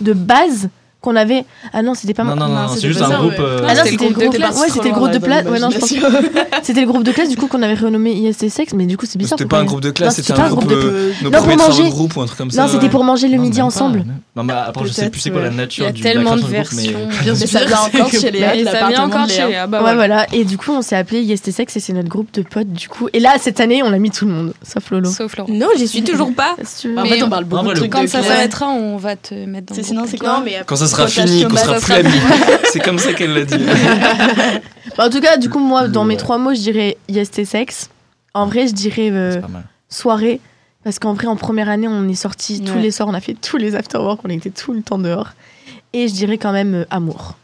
S2: de base qu'on avait. Ah non, c'était pas
S6: Non,
S2: moi.
S6: non, non,
S4: Non,
S6: c'est
S4: c'était
S6: juste
S4: pas
S6: un
S4: ça,
S6: groupe.
S4: ouais.
S6: euh,
S2: Ah non,
S3: C'était
S2: c'était
S3: le
S2: le
S3: groupe de
S2: groupe de
S3: classe,
S2: classe. Ouais, c'était le groupe de classe. Ouais, non, je pense C'était le groupe de classe, du coup, qu'on avait renommé IST6, mais du coup, c'est bizarre.
S5: C'était
S2: faut
S5: pas un
S2: qu'on-
S5: groupe de classe,
S2: Non,
S5: c'était un groupe.
S2: de-
S5: euh,
S2: Non,
S5: Nos
S2: pour
S5: premiers travaux de
S2: manger.
S5: groupe ou un truc comme ça.
S2: Non, c'était pour manger le
S6: non,
S2: midi
S6: même pas,
S2: ensemble.
S6: même. Non, mais après, je sais
S4: Peut-être,
S6: plus c'est quoi
S4: ouais.
S6: la
S7: Il y
S6: nature
S7: a
S6: du
S7: tellement
S6: la
S7: de
S6: création du groupe,
S7: versions.
S6: mais-
S3: Bien
S4: Mais
S3: sûr,
S4: ça vient
S3: c'est
S4: encore
S3: que-
S4: chez Léa,
S7: Mais
S4: de
S7: ça vient
S4: l'appartement
S7: encore
S4: de Léa.
S7: chez Léa. Bah
S2: Ouais,
S7: voilà.
S2: voilà. Et du coup, on s'est appelé IST6 et c'est notre groupe de potes, du coup. Et là, cette année, on a mis tout le monde, sauf Lolo.
S7: Sauf Laurent.
S8: Non, j'y suis toujours
S3: Ah.
S8: pas.
S2: Si tu veux.
S4: En
S7: Mais
S4: fait, on parle
S6: en
S4: beaucoup
S6: vrai,
S4: de
S6: le
S4: trucs
S7: Quand
S4: de
S7: ça
S4: classe.
S7: s'arrêtera, on va te mettre dans
S4: C'est
S7: le
S4: sinon,
S7: groupe.
S4: c'est quoi
S8: mais
S5: Quand ça sera
S4: Potage
S5: fini, quand
S4: tomate.
S5: ça sera
S7: Ça sera
S5: flabby. C'est comme ça qu'elle l'a dit.
S2: Bah, en tout cas, du coup, moi, dans mes
S6: Ouais.
S2: trois mots, je dirais IST6. En vrai, je dirais euh,
S6: C'est pas mal.
S2: soirée. Parce qu'en vrai, en première année, on est sortis tous
S8: Ouais.
S2: les soirs, on a fait tous les afterwork, on était tout le temps dehors. Et je dirais quand même euh, amour.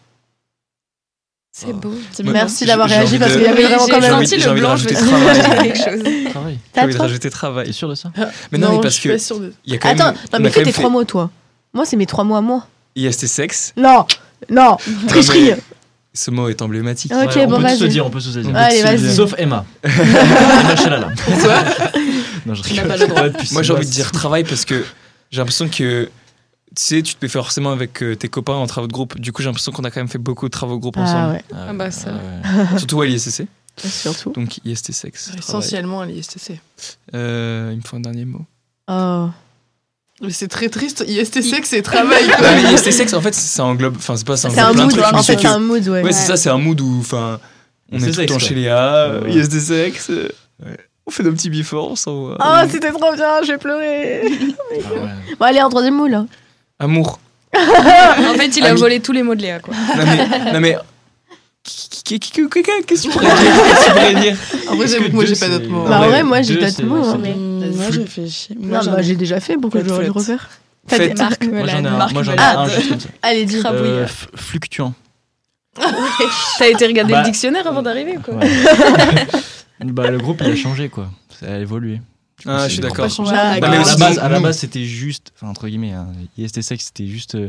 S7: C'est beau.
S4: C'est
S5: Moi,
S4: mignon.
S2: Merci d'avoir
S5: j'ai
S2: réagi
S5: envie
S2: parce
S5: de-
S2: qu'il y avait vraiment
S7: J'ai
S2: quand
S5: J'ai
S2: même.
S5: envie-
S7: senti
S5: j'ai
S7: le
S5: envie de
S7: blanc, je
S5: rajouter
S7: me suis dit
S5: travail.
S7: quelque chose.
S6: Travail.
S5: J'ai
S2: T'as
S5: envie de
S2: trois
S5: rajouter travail.
S6: T'es sûr de ça
S5: Mais non, mais
S3: je
S5: parce
S3: suis
S5: que
S3: pas sûre de-
S5: il y a quand même.
S2: Attends, non,
S5: on
S2: mais
S5: a quand
S2: fais
S5: même
S2: tes
S5: fait
S2: trois mots, toi. Moi, c'est mes trois mots à moi.
S5: IST sexe.
S2: Non, non, tricherie.
S5: Ce mot est emblématique.
S2: Ok,
S6: Ouais,
S2: bon,
S6: on peut tous se
S2: vas-y.
S6: dire, on peut tous se dire.
S2: Allez, vas-y.
S6: Sauf Emma. Emma Chalala. Pourquoi Non, je
S4: Tu n'as
S6: rigole.
S4: pas le droit.
S6: Ouais, depuis
S5: Moi,
S6: six
S5: j'ai envie
S6: mois,
S5: de dire travail parce que j'ai l'impression que. Tu sais, tu te fais forcément avec euh, tes copains en travaux de groupe. Du coup, j'ai l'impression qu'on a quand même fait beaucoup de travaux de groupe
S2: Ah
S5: ensemble.
S2: ouais,
S6: Ah,
S7: bah, ça.
S6: ouais.
S5: Surtout à l'ISCC.
S2: surtout.
S5: Donc, IST sexe. travail.
S3: Essentiellement à l'ISTC.
S5: Euh, il me faut un dernier mot.
S2: Oh.
S3: Mais c'est très triste. ISTC, c'est travail.
S5: Non, mais IST sexe, en fait, ça englobe. Enfin, c'est pas ça
S2: C'est
S5: englobe
S2: un
S5: plein de
S2: mood, hein, en
S5: trucs. mais
S2: fait,
S5: c'est
S2: c'est
S5: que-
S2: un mood, ouais.
S5: Ouais, c'est ça, c'est un mood où. Enfin,
S6: C'est
S5: on est tout le
S6: sexe,
S5: temps
S6: quoi.
S5: chez Léa, euh,
S6: Ouais.
S5: IST sexe. euh,
S6: Ouais.
S5: On fait nos petits before, on s'envoie.
S2: Oh, c'était trop bien, je vais pleurer.
S6: Ah, ouais.
S2: Bon, allez, un troisième mot, là.
S5: Amour.
S7: En fait, il a
S5: Ami.
S7: volé tous les mots de Léa. Quoi.
S5: Non mais, non mais qui- qui- qui- qui- qui- qu'est-ce que tu pourrais dire Qu'est-ce que tu pourrais dire
S3: En vrai,
S6: Est-ce
S3: j'avoue que
S6: que
S3: moi, j'ai
S6: deux,
S3: pas d'autres
S6: c'est-
S3: mots.
S2: Bah, en
S6: ouais,
S2: vrai, moi, j'ai
S6: deux,
S2: pas de
S6: c'est-
S2: mots,
S6: c'est
S2: hein.
S6: bien.
S4: Hum, Moi, j'ai fait chier. Moi,
S2: Non,
S4: j'en
S2: bah,
S4: ai-
S2: j'ai déjà fait, pourquoi
S4: Faites,
S2: je vais le
S4: faites.
S2: refaire
S5: Faites.
S7: Marc me
S6: Moi, j'en ai
S7: l'a
S6: un, moi, j'en ai
S2: Melade.
S6: un juste comme ça.
S2: Allez, dis.
S7: Crabouille.
S6: Euh, f- Fluctuant.
S7: T'as été regarder
S6: Bah.
S7: le dictionnaire avant d'arriver ou quoi
S6: Ouais. bah, le groupe, il a changé, quoi. Ça a évolué.
S5: Ah, je suis
S6: C'est-
S5: d'accord.
S4: Ah,
S5: Bah,
S2: euh,
S6: à,
S5: mais
S6: la
S5: aussi,
S6: base, à la
S5: nous-
S6: base, c'était juste, enfin, entre guillemets, hein, IST Sex, c'était juste euh,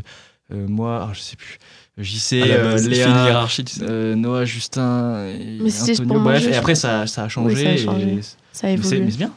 S6: euh, moi, ah, je sais plus, JC,
S5: À la
S6: euh,
S5: base, il fait une
S6: Léa,
S5: hiérarchie, tu sais.
S6: euh, Noah, Justin, et
S2: Mais c'était
S6: Antonio,
S2: pour
S6: bref,
S2: manger,
S6: et
S2: je
S6: après ça, ça a changé.
S2: Oui, ça a changé. Ça
S6: et- Mais c'est mais
S2: évolue.
S6: c'est bien.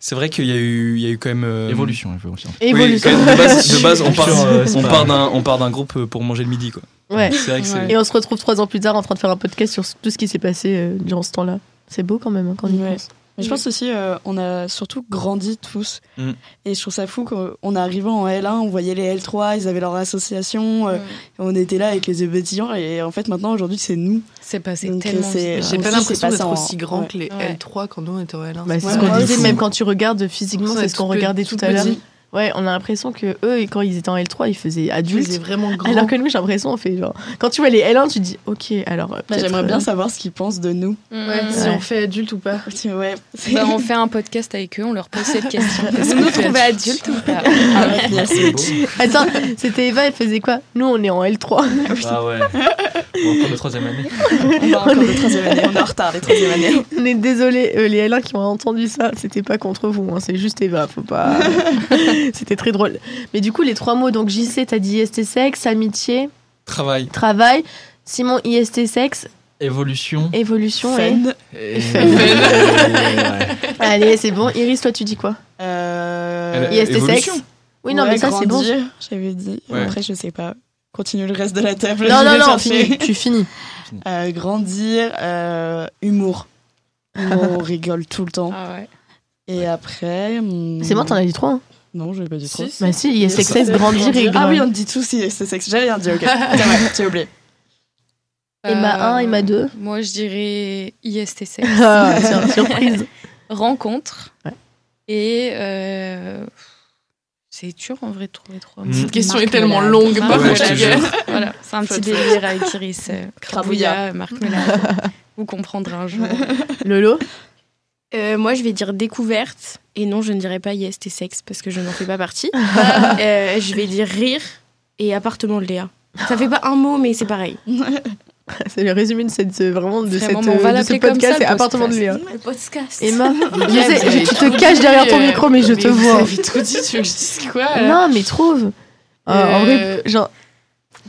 S5: C'est vrai qu'il y a eu, il y a eu quand même euh,
S6: Évolution, évolution.
S5: oui,
S2: Évolution.
S5: quand même, de base, de base, on part,
S6: Sur, euh, c'est
S5: on
S6: pas-
S5: part d'un, on part d'un groupe euh, pour manger le midi, quoi.
S2: Ouais.
S5: C'est vrai que c'est.
S2: Et on se retrouve trois ans plus tard en train de faire un podcast sur tout ce qui s'est passé euh, durant ce temps-là. C'est beau quand même hein, quand on y
S4: Ouais.
S2: pense.
S4: Mais je pense aussi, euh, on a surtout grandi tous.
S5: Mm.
S4: Et je trouve ça fou qu'on arrivait en L1, on voyait les L3, ils avaient leur association, euh,
S7: Mm.
S4: on était là avec les yeux pétillants. Et en fait, maintenant, aujourd'hui, c'est nous.
S7: C'est passé
S4: Donc,
S7: tellement
S4: c'est- euh,
S7: vite.
S3: J'ai pas
S4: Aussi, c'est
S3: l'impression
S4: pas
S3: d'être
S4: ça en-
S3: aussi grand
S4: ouais.
S3: que les
S7: Ouais.
S3: L3 quand nous on était au L1.
S2: Bah, c'est
S4: Ouais,
S2: ce qu'on
S4: ouais,
S2: disait,
S4: c'est
S2: même
S4: fou.
S2: quand tu regardes physiquement,
S3: Ça,
S2: c'est ce qu'on
S3: tout petit,
S2: regardait tout
S4: hein.
S3: tout
S2: à l'heure.
S3: petit.
S2: Ouais, on a l'impression que eux, quand ils étaient en L3, ils faisaient adultes.
S3: C'est vraiment grand.
S2: alors que nous, j'ai l'impression, on fait genre. Quand tu vois les L1, tu dis, ok, alors. euh,
S4: Bah,
S2: peut-être,
S4: J'aimerais
S2: euh,
S4: bien savoir ce qu'ils pensent de nous.
S7: Ouais.
S3: Si
S2: Ouais.
S3: on fait adulte ou pas.
S4: Ouais.
S7: Bah, on fait un podcast avec eux, on leur pose cette question.
S3: Est-ce
S7: Est-ce
S3: que
S7: nous
S3: tu es
S7: trouver adultes
S2: Ah,
S7: ou pas Ah
S4: Arrête, Léa, c'est beau.
S2: euh, Attends, c'était Eva, elle faisait quoi Nous, on est en L3.
S6: Ah ouais. Bon, pour le troisième année.
S4: On va encore les troisième année, on est en retard les troisième années.
S2: on est désolé, euh, les L1 qui ont entendu ça, c'était pas contre vous, hein, c'est juste Eva, faut pas. c'était très drôle. Mais du coup, les trois mots, donc JC, t'as dit IST sexe, amitié,
S5: Travail.
S2: travail. Simon, IST sexe,
S6: Évolution.
S2: évolution. et-
S4: Fun.
S6: Et...
S2: Fun.
S6: Ouais.
S2: Allez, c'est bon. Iris, toi, tu dis quoi
S4: Euh...
S5: Elle-
S2: IST sexe
S5: évolution.
S2: Oui, non,
S4: ouais,
S2: mais ça, c'est bon.
S4: grandir, J'avais dit.
S5: Ouais.
S4: Après, je sais pas. Continue le reste de la table.
S2: Non,
S4: je
S2: non,
S4: vais
S2: non,
S4: chercher.
S2: finis, tu finis.
S4: Euh, grandir, euh, humour. Humour, on rigole tout le temps.
S7: Ah ouais.
S4: Et après. hmm,
S2: C'est bon, t'en as dit trois. Hein.
S4: Non, je vais pas dit trop.
S2: Bah si, il y a
S4: C'est
S2: success,
S4: ça.
S2: grandir et
S4: Ah oui,
S7: Euh,
S2: grandir.
S4: on dit tous si c'est sexe. J'ai rien dit, ok. C'est vrai, J'ai oublié.
S2: Emma 1, Emma 2.
S7: Moi, Euh, je dirais ISTC.
S2: Ah, tiens, surprise.
S7: rencontre.
S2: Ouais.
S7: Et euh, c'est dur en vrai de trouver trois mots.
S5: Cette
S7: Marque
S3: question est
S7: Mela-
S3: tellement longue,
S7: Marque
S5: par
S7: Mela-
S5: contre, je te jure.
S7: Voilà, c'est un
S3: Faut
S7: petit
S3: te-
S7: délire avec Iris. euh, Crabouilla, Marc Mela. Vous comprendrez un jour.
S2: Lolo
S8: Euh, moi, je vais dire découverte. Et non, je ne dirais pas yes et sexe parce que je n'en fais pas partie. Euh, je vais dire rire et appartement de Léa. Ça fait pas un mot, mais c'est pareil.
S2: C'est le résumé de cette, euh, vraiment de,
S7: Vraiment,
S2: cette, euh,
S7: on va
S2: de ce
S7: l'appeler comme
S2: podcast,
S7: ça,
S2: c'est
S7: le
S2: appartement de
S7: podcast.
S2: Léa.
S8: Le podcast.
S2: Emma, je
S3: Vous
S2: sais,
S3: avez
S2: tu
S3: trop
S2: te caches
S3: dit,
S2: derrière ton
S3: euh,
S2: micro, mais je te
S3: vous
S2: vois.
S3: avez trop dit, tu veux que je dise quoi là
S2: Non, mais trouve Euh, En vrai, genre,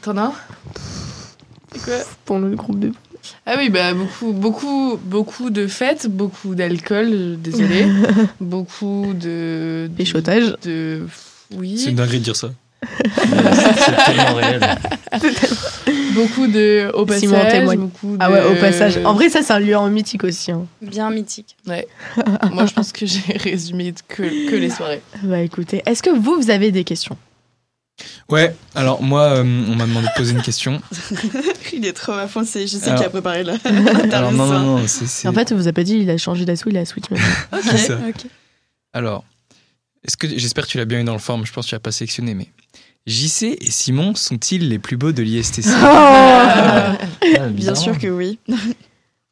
S3: T'en as un C'est quoi
S2: pour le groupe de.
S3: Ah oui, bah beaucoup, beaucoup, beaucoup de fêtes, beaucoup d'alcool, euh, désolé, beaucoup de
S2: Péchotage.
S3: de
S5: C'est
S3: oui,
S5: une dinguerie de dire ça.
S6: C'est tellement réel.
S3: beaucoup de au
S2: Simon en
S3: passage,
S2: témoigne.
S3: beaucoup de...
S2: Ah ouais, au passage. En vrai, ça, c'est un lieu en mythique aussi. hein.
S7: Bien mythique.
S3: moi je pense que j'ai résumé que, que les soirées.
S2: Bah écoutez, est-ce que vous, vous avez des questions
S5: Ouais, alors moi, euh, on m'a demandé de poser une question.
S4: Il est trop à fond, c'est- je sais
S5: Alors-
S4: qu'il a préparé là.
S5: Alors non, non, non, c'est... c'est-
S2: En fait, on vous a pas dit, il a changé d'assaut, il a switch maintenant.
S5: c'est ça.
S4: Ok.
S5: Alors, est-ce que j'espère que tu l'as bien eu dans le forme, je pense que tu l'as pas sélectionné, mais JC et Simon sont-ils les plus beaux de l'ISTC
S2: Oh,
S6: Ouais,
S4: Bien
S6: bizarrement.
S4: sûr que oui.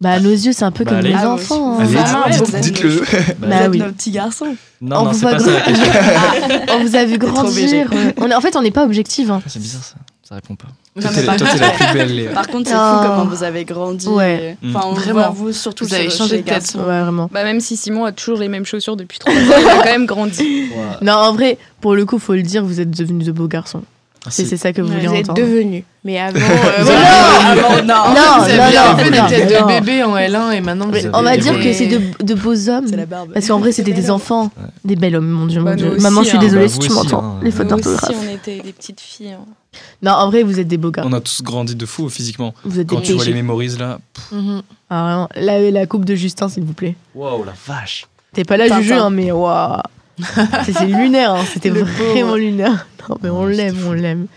S2: Bah, à nos yeux, c'est un peu
S6: Bah,
S2: comme
S6: allez.
S2: nos
S4: Ah, oui.
S2: enfants. hein.
S5: Allez,
S4: Ah ouais,
S5: dites-
S4: vous êtes
S5: dites-le.
S6: Bah,
S2: Bah
S4: Vous êtes
S2: oui.
S4: nos petits garçons.
S2: on
S6: Non, non,
S2: vous
S6: c'est
S2: voit
S6: pas ça la
S2: gros.
S6: question.
S2: On vous a vu grandir. ouais. On est- en fait, on n'est pas objectif. hein.
S6: Ah, C'est bizarre ça. Ça répond pas.
S5: Toi, t'es la- toi, t'es la plus belle, Léa.
S4: Par contre, c'est
S2: Oh.
S4: fou comment vous avez grandi.
S2: Ouais.
S4: Enfin, on
S3: Vraiment.
S4: voit vous, surtout
S3: Vous avez
S4: chez-
S3: changé
S4: chez
S3: de
S4: les
S3: tête.
S4: garçons.
S2: Ouais, vraiment.
S7: Bah, même si Simon a toujours les mêmes chaussures depuis trois ans, il a quand même grandi.
S6: Ouais.
S2: Non, en vrai, pour le coup, faut le dire, vous êtes devenus de beaux garçons. C'est c'est ça que vous
S8: Vous
S2: voulez
S8: êtes
S2: entendre.
S8: devenus. Mais avant,
S3: Euh,
S8: euh,
S3: voilà.
S4: Ah bon, non.
S2: Non,
S3: Vous aviez
S2: non,
S3: un peu
S2: non,
S3: des
S2: non,
S3: têtes de
S2: non.
S3: bébé en L1 et maintenant
S6: Mais
S3: vous
S2: On va
S3: avez-
S2: dire
S3: Mais-
S2: que c'est de, de beaux hommes.
S4: C'est la barbe.
S2: Parce qu'en vrai, c'était des enfants, des belles hommes, mon dieu, mon
S7: Bah,
S2: dieu.
S7: nous aussi,
S2: Maman, je suis
S7: hein.
S2: désolée
S6: Bah,
S2: si
S6: vous
S2: tu
S6: aussi,
S2: m'entends.
S6: hein.
S2: Les fautes
S7: Nous aussi,
S2: d'orthographe.
S7: on était des petites filles. hein.
S2: Non, en vrai, vous êtes des beaux gars.
S5: On a tous grandi de fou au physiquement.
S2: Vous êtes des
S5: Quand tu vois les
S2: péchés.
S5: mémorises là,
S3: Mhm.
S2: Ah, vraiment. La, la coupe de Justin, s'il vous plaît.
S6: Waouh, la vache.
S2: T'es pas là,
S4: Tintin.
S2: Juju, hein, mais waouh. C'est- C'est lunaire, hein. c'était
S3: Le
S2: vraiment
S3: pauvre.
S2: lunaire. Non, mais on
S6: Ouais,
S2: l'aime,
S6: c'était
S2: on
S6: fou.
S2: l'aime.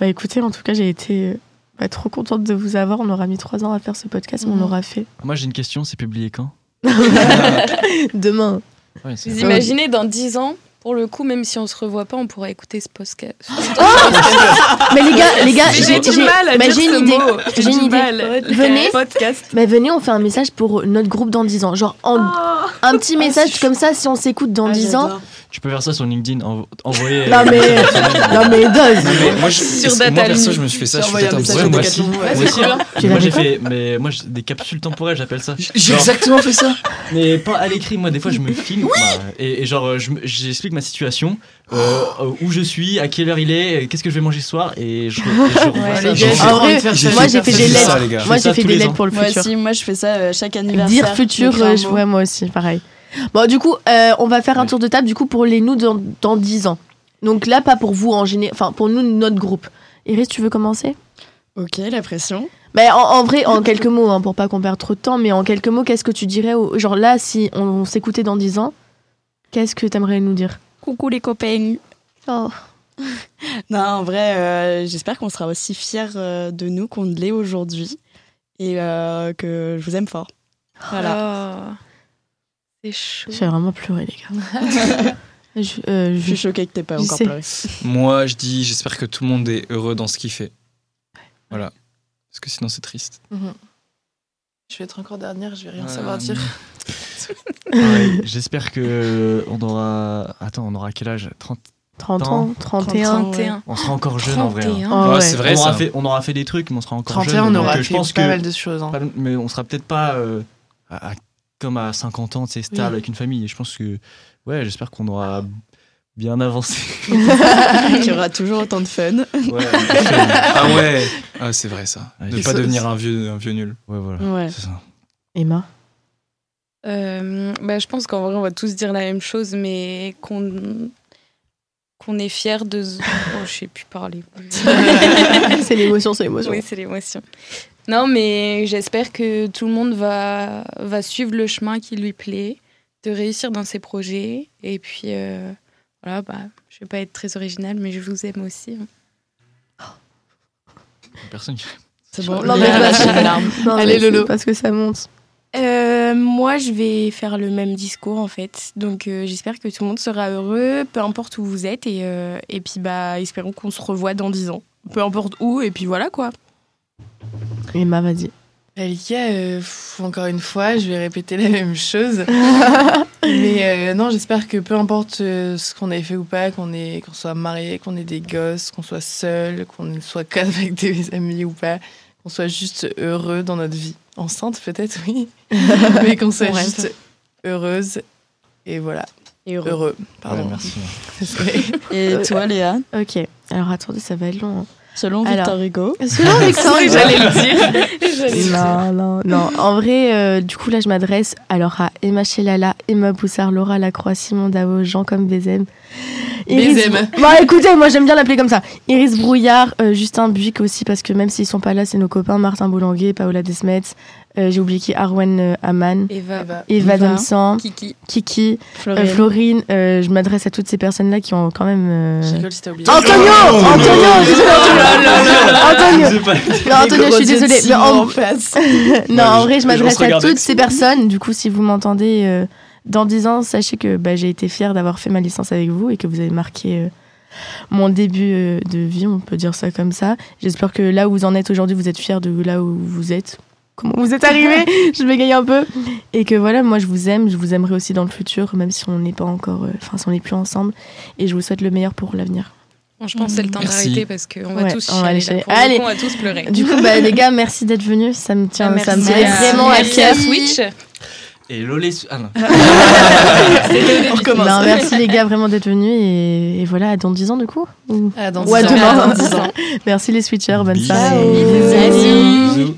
S2: Bah écoutez, en tout cas, j'ai été euh, bah, trop contente de vous avoir. On aura mis trois ans à faire ce podcast, mais on
S3: Mhm.
S2: l'aura fait
S6: Moi j'ai une question, c'est publié quand
S2: demain.
S6: Ouais, c'est-
S7: Vous imaginez dans 10 ans, pour le coup, même si on se revoit pas, on pourra écouter ce podcast.
S2: Mais les gars, les gars,
S3: Mais j'ai du mal à
S2: bah,
S3: dire
S2: j'ai
S3: ce
S2: une idée.
S3: mot. J'ai
S2: J'ai
S3: du
S2: une idée.
S3: mal.
S2: Venez.
S3: Podcast.
S2: Bah, venez, on fait un message pour notre groupe dans 10 ans. Genre, en- un petit message comme ça, si on s'écoute dans
S4: Ah,
S2: 10 ans.
S4: j'adore.
S6: Tu peux faire ça sur LinkedIn, env- envoyer. euh,
S2: Non, mais- Non, mais
S5: Non,
S2: dose
S5: mais moi, je,
S7: Sur
S5: parce que moi
S7: Data
S5: perso,
S7: Link.
S5: je me suis fait ça. Je suis
S4: Envoyer un
S5: peut-être un
S4: message
S5: peu
S4: au
S5: moi aussi.
S4: Decathlon, ouais.
S6: Moi
S2: Tu
S6: aussi. Moi
S2: l'avais
S6: j'ai
S2: quoi
S6: fait, mais moi j'ai des capsules temporaires, j'appelle ça.
S5: J'ai
S6: Genre-
S5: exactement fait ça.
S6: Mais pas à l'écrit, moi des fois je me filme bah, et, et genre euh, je me- j'explique ma situation, euh, euh, où je suis, à quelle heure il est, euh, qu'est-ce que je vais manger ce soir et je, et je revois
S7: Ouais,
S6: ça,
S7: les
S6: je
S7: gars,
S6: fais-
S2: En vrai, moi, j'ai Ah, fait
S5: ça,
S2: des
S5: j'ai
S2: lettres.
S5: ça, les
S2: Moi,
S5: gars.
S6: Je fais
S2: j'ai
S6: ça
S2: fait
S6: tous
S2: des
S6: les
S2: lettres
S6: ans.
S2: pour le
S4: Moi
S2: futur.
S4: aussi, moi je fais ça euh, chaque anniversaire.
S2: Dire futur,
S4: J'écris un
S2: euh, je-
S4: mot.
S2: ouais, moi aussi, pareil. Bon, du coup, euh, on va faire un
S6: Oui.
S2: tour de table, du coup, pour les nous dans, dans 10 ans. Donc là, pas pour vous en général, enfin, pour nous, notre groupe. Iris, tu veux commencer
S4: Ok, la pression.
S2: mais en, en vrai, en quelques mots, hein, pour pas qu'on perde trop de temps, mais en quelques mots, qu'est-ce que tu dirais, au- genre là, si on, on s'écoutait dans 10 ans, qu'est-ce que t'aimerais nous dire
S8: coucou les copains.
S2: Oh.
S4: Non, en vrai, euh, j'espère qu'on sera aussi fiers euh, de nous qu'on ne l'est aujourd'hui et euh, que je vous aime fort. Voilà.
S7: Voilà. C'est chaud.
S2: J'ai vraiment pleuré, les gars. je, euh,
S4: Je suis
S2: je-
S4: choquée que t'aies pas
S2: Je
S4: encore
S2: sais.
S4: pleuré.
S5: Moi, je dis, j'espère que tout le monde est heureux dans ce qu'il fait. Voilà. Parce que sinon, c'est triste.
S3: Je vais être encore dernière, je vais rien
S5: Euh,
S3: savoir dire.
S6: Ouais, J'espère que euh, on aura. Attends, on aura quel âge 30
S2: 30 ans, 31.
S7: 31.
S6: On sera encore jeune en vrai. hein.
S7: 31.
S2: Oh,
S5: Ah,
S2: ouais.
S5: c'est vrai,
S6: on, aura
S5: ça.
S6: fait, on aura fait des trucs, mais on sera encore
S3: 31,
S6: jeune.
S3: on aura
S6: donc, euh,
S3: fait
S6: je pense
S3: pas
S6: que
S3: mal de choses. hein.
S6: pas- mais on sera peut-être pas euh, à- à- comme à 50 ans, tu sais, stable avec une famille. Et je pense que, ouais, j'espère qu'on aura bien avancé.
S4: Qu'il y aura toujours autant de fun.
S6: ouais, ouais,
S5: Ah ouais. Ah, c'est vrai, ça.
S6: Ouais,
S5: ne
S6: je-
S5: pas devenir un vieux, un vieux nul.
S6: voilà.
S4: Ouais.
S6: C'est ça.
S2: Emma
S7: Euh, bah, je pense qu'en vrai, on va tous dire la même chose, mais qu'on qu'on est fiers de. Oh, je sais plus parler.
S2: C'est l'émotion, c'est l'émotion.
S7: oui, c'est l'émotion. Non, mais j'espère que tout le monde va, va suivre le chemin qui lui plaît, de réussir dans ses projets. Et puis, euh, voilà, bah, je vais pas être très originale, mais je vous aime aussi. hein.
S6: Personne qui-
S4: C'est bon.
S2: Non, mais
S4: Léa
S2: je
S4: lâche
S2: lâche.
S4: une larme.
S2: Non, mais
S3: Allez,
S2: c'est
S3: Lolo.
S2: Parce que ça monte.
S8: Euh, moi, je vais faire le même discours en fait. Donc, euh, j'espère que tout le monde sera heureux, peu importe où vous êtes. Et, euh, et puis, bah, espérons qu'on se revoit dans 10 ans. Peu importe où, et puis voilà quoi.
S2: Emma, vas-y.
S3: Alika, euh, pff, encore une fois, je vais répéter la même chose. Mais euh, non, j'espère que peu importe euh, ce qu'on ait fait ou pas, qu'on ait- qu'on soit marié, qu'on ait des gosses, qu'on soit seul, qu'on soit qu'avec des amis ou pas, qu'on soit juste heureux dans notre vie. Enceinte peut-être, oui. Mais qu'on soit
S2: On rêve.
S3: juste heureuse. Et voilà,
S7: Et
S3: heureux.
S6: Ouais,
S3: pardon.
S6: merci. hein.
S3: Désolée.
S4: Et
S2: Euh,
S4: toi, Léa,
S2: Ok. Alors attendez, ça va être long. hein.
S4: selon
S2: Alors. euh,
S4: Victor Hugo
S2: Selon Victor Hugo.
S3: J'allais le dire.
S2: Non, non, non. En vrai, euh, du coup, là, je m'adresse alors à Emma Chelala, Emma Boussard, Laura Lacroix, Simon Davo, Jean comme Bézem.
S3: Bézem.
S2: Bon, écoutez, moi, j'aime bien l'appeler comme ça. Iris Brouillard, euh, Justin Buick aussi, parce que même s'ils sont pas là, c'est nos copains Martin Boulanguet, Paola Desmet, euh, j'ai oublié qui, Arwen euh, Aman,
S7: Eva,
S3: Bah,
S2: Eva
S4: Eva.
S2: Damsan,
S7: Kiki.
S2: Kiki, euh,
S4: Florian.
S2: Florine. euh, je m'adresse à toutes ces personnes-là qui ont quand même. euh,
S3: je rigole si t'as oublié.
S2: Antonio Antonio désolé, Antonio Antonio Non, Antonio, je suis désolée. mais en- non, en
S5: je-
S2: vrai, je
S5: les gens se
S2: m'adresse à
S5: regardent
S2: toutes
S5: avec-
S2: ces personnes. Du coup, si vous m'entendez euh, dans 10 ans, sachez que bah, j'ai été fière d'avoir fait ma licence avec vous et que vous avez marqué euh, mon début euh, de vie, on peut dire ça comme ça. J'espère que là où vous en êtes aujourd'hui, vous êtes fiers de là où vous êtes. Comment vous êtes arrivés Je m'égaye un peu. Et que voilà, moi, je vous aime. Je vous aimerai aussi dans le futur, même si on n'est pas encore, euh, enfin, si on n'est plus ensemble. Et je vous souhaite le meilleur pour l'avenir.
S7: Bon, je pense que c'est le temps
S5: Merci.
S7: d'arrêter parce qu'on va
S2: Ouais,
S7: tous
S2: on va aller
S7: chialer. là.
S2: chialer.
S7: Pour le
S2: Allez.
S7: coup, on va tous pleurer. Ah,
S2: Du coup, bah, les gars, merci d'être venus. Ça me tient, ça me
S7: Merci
S2: fait
S7: à-
S2: vraiment à
S7: merci
S2: cœur.
S7: à Switch.
S6: Et Lolé. Su- Ah non.
S2: Non, merci les gars vraiment d'être venus et, et voilà, à dans 10 ans du coup. Ou-
S3: Ah, dans
S2: Ou à
S3: dix ans.
S2: demain.
S3: Dans dix ans.
S2: Merci les switchers, bonne
S6: Bisous.
S2: soirée.
S6: Bisous.
S2: Bisous.
S6: Bisous.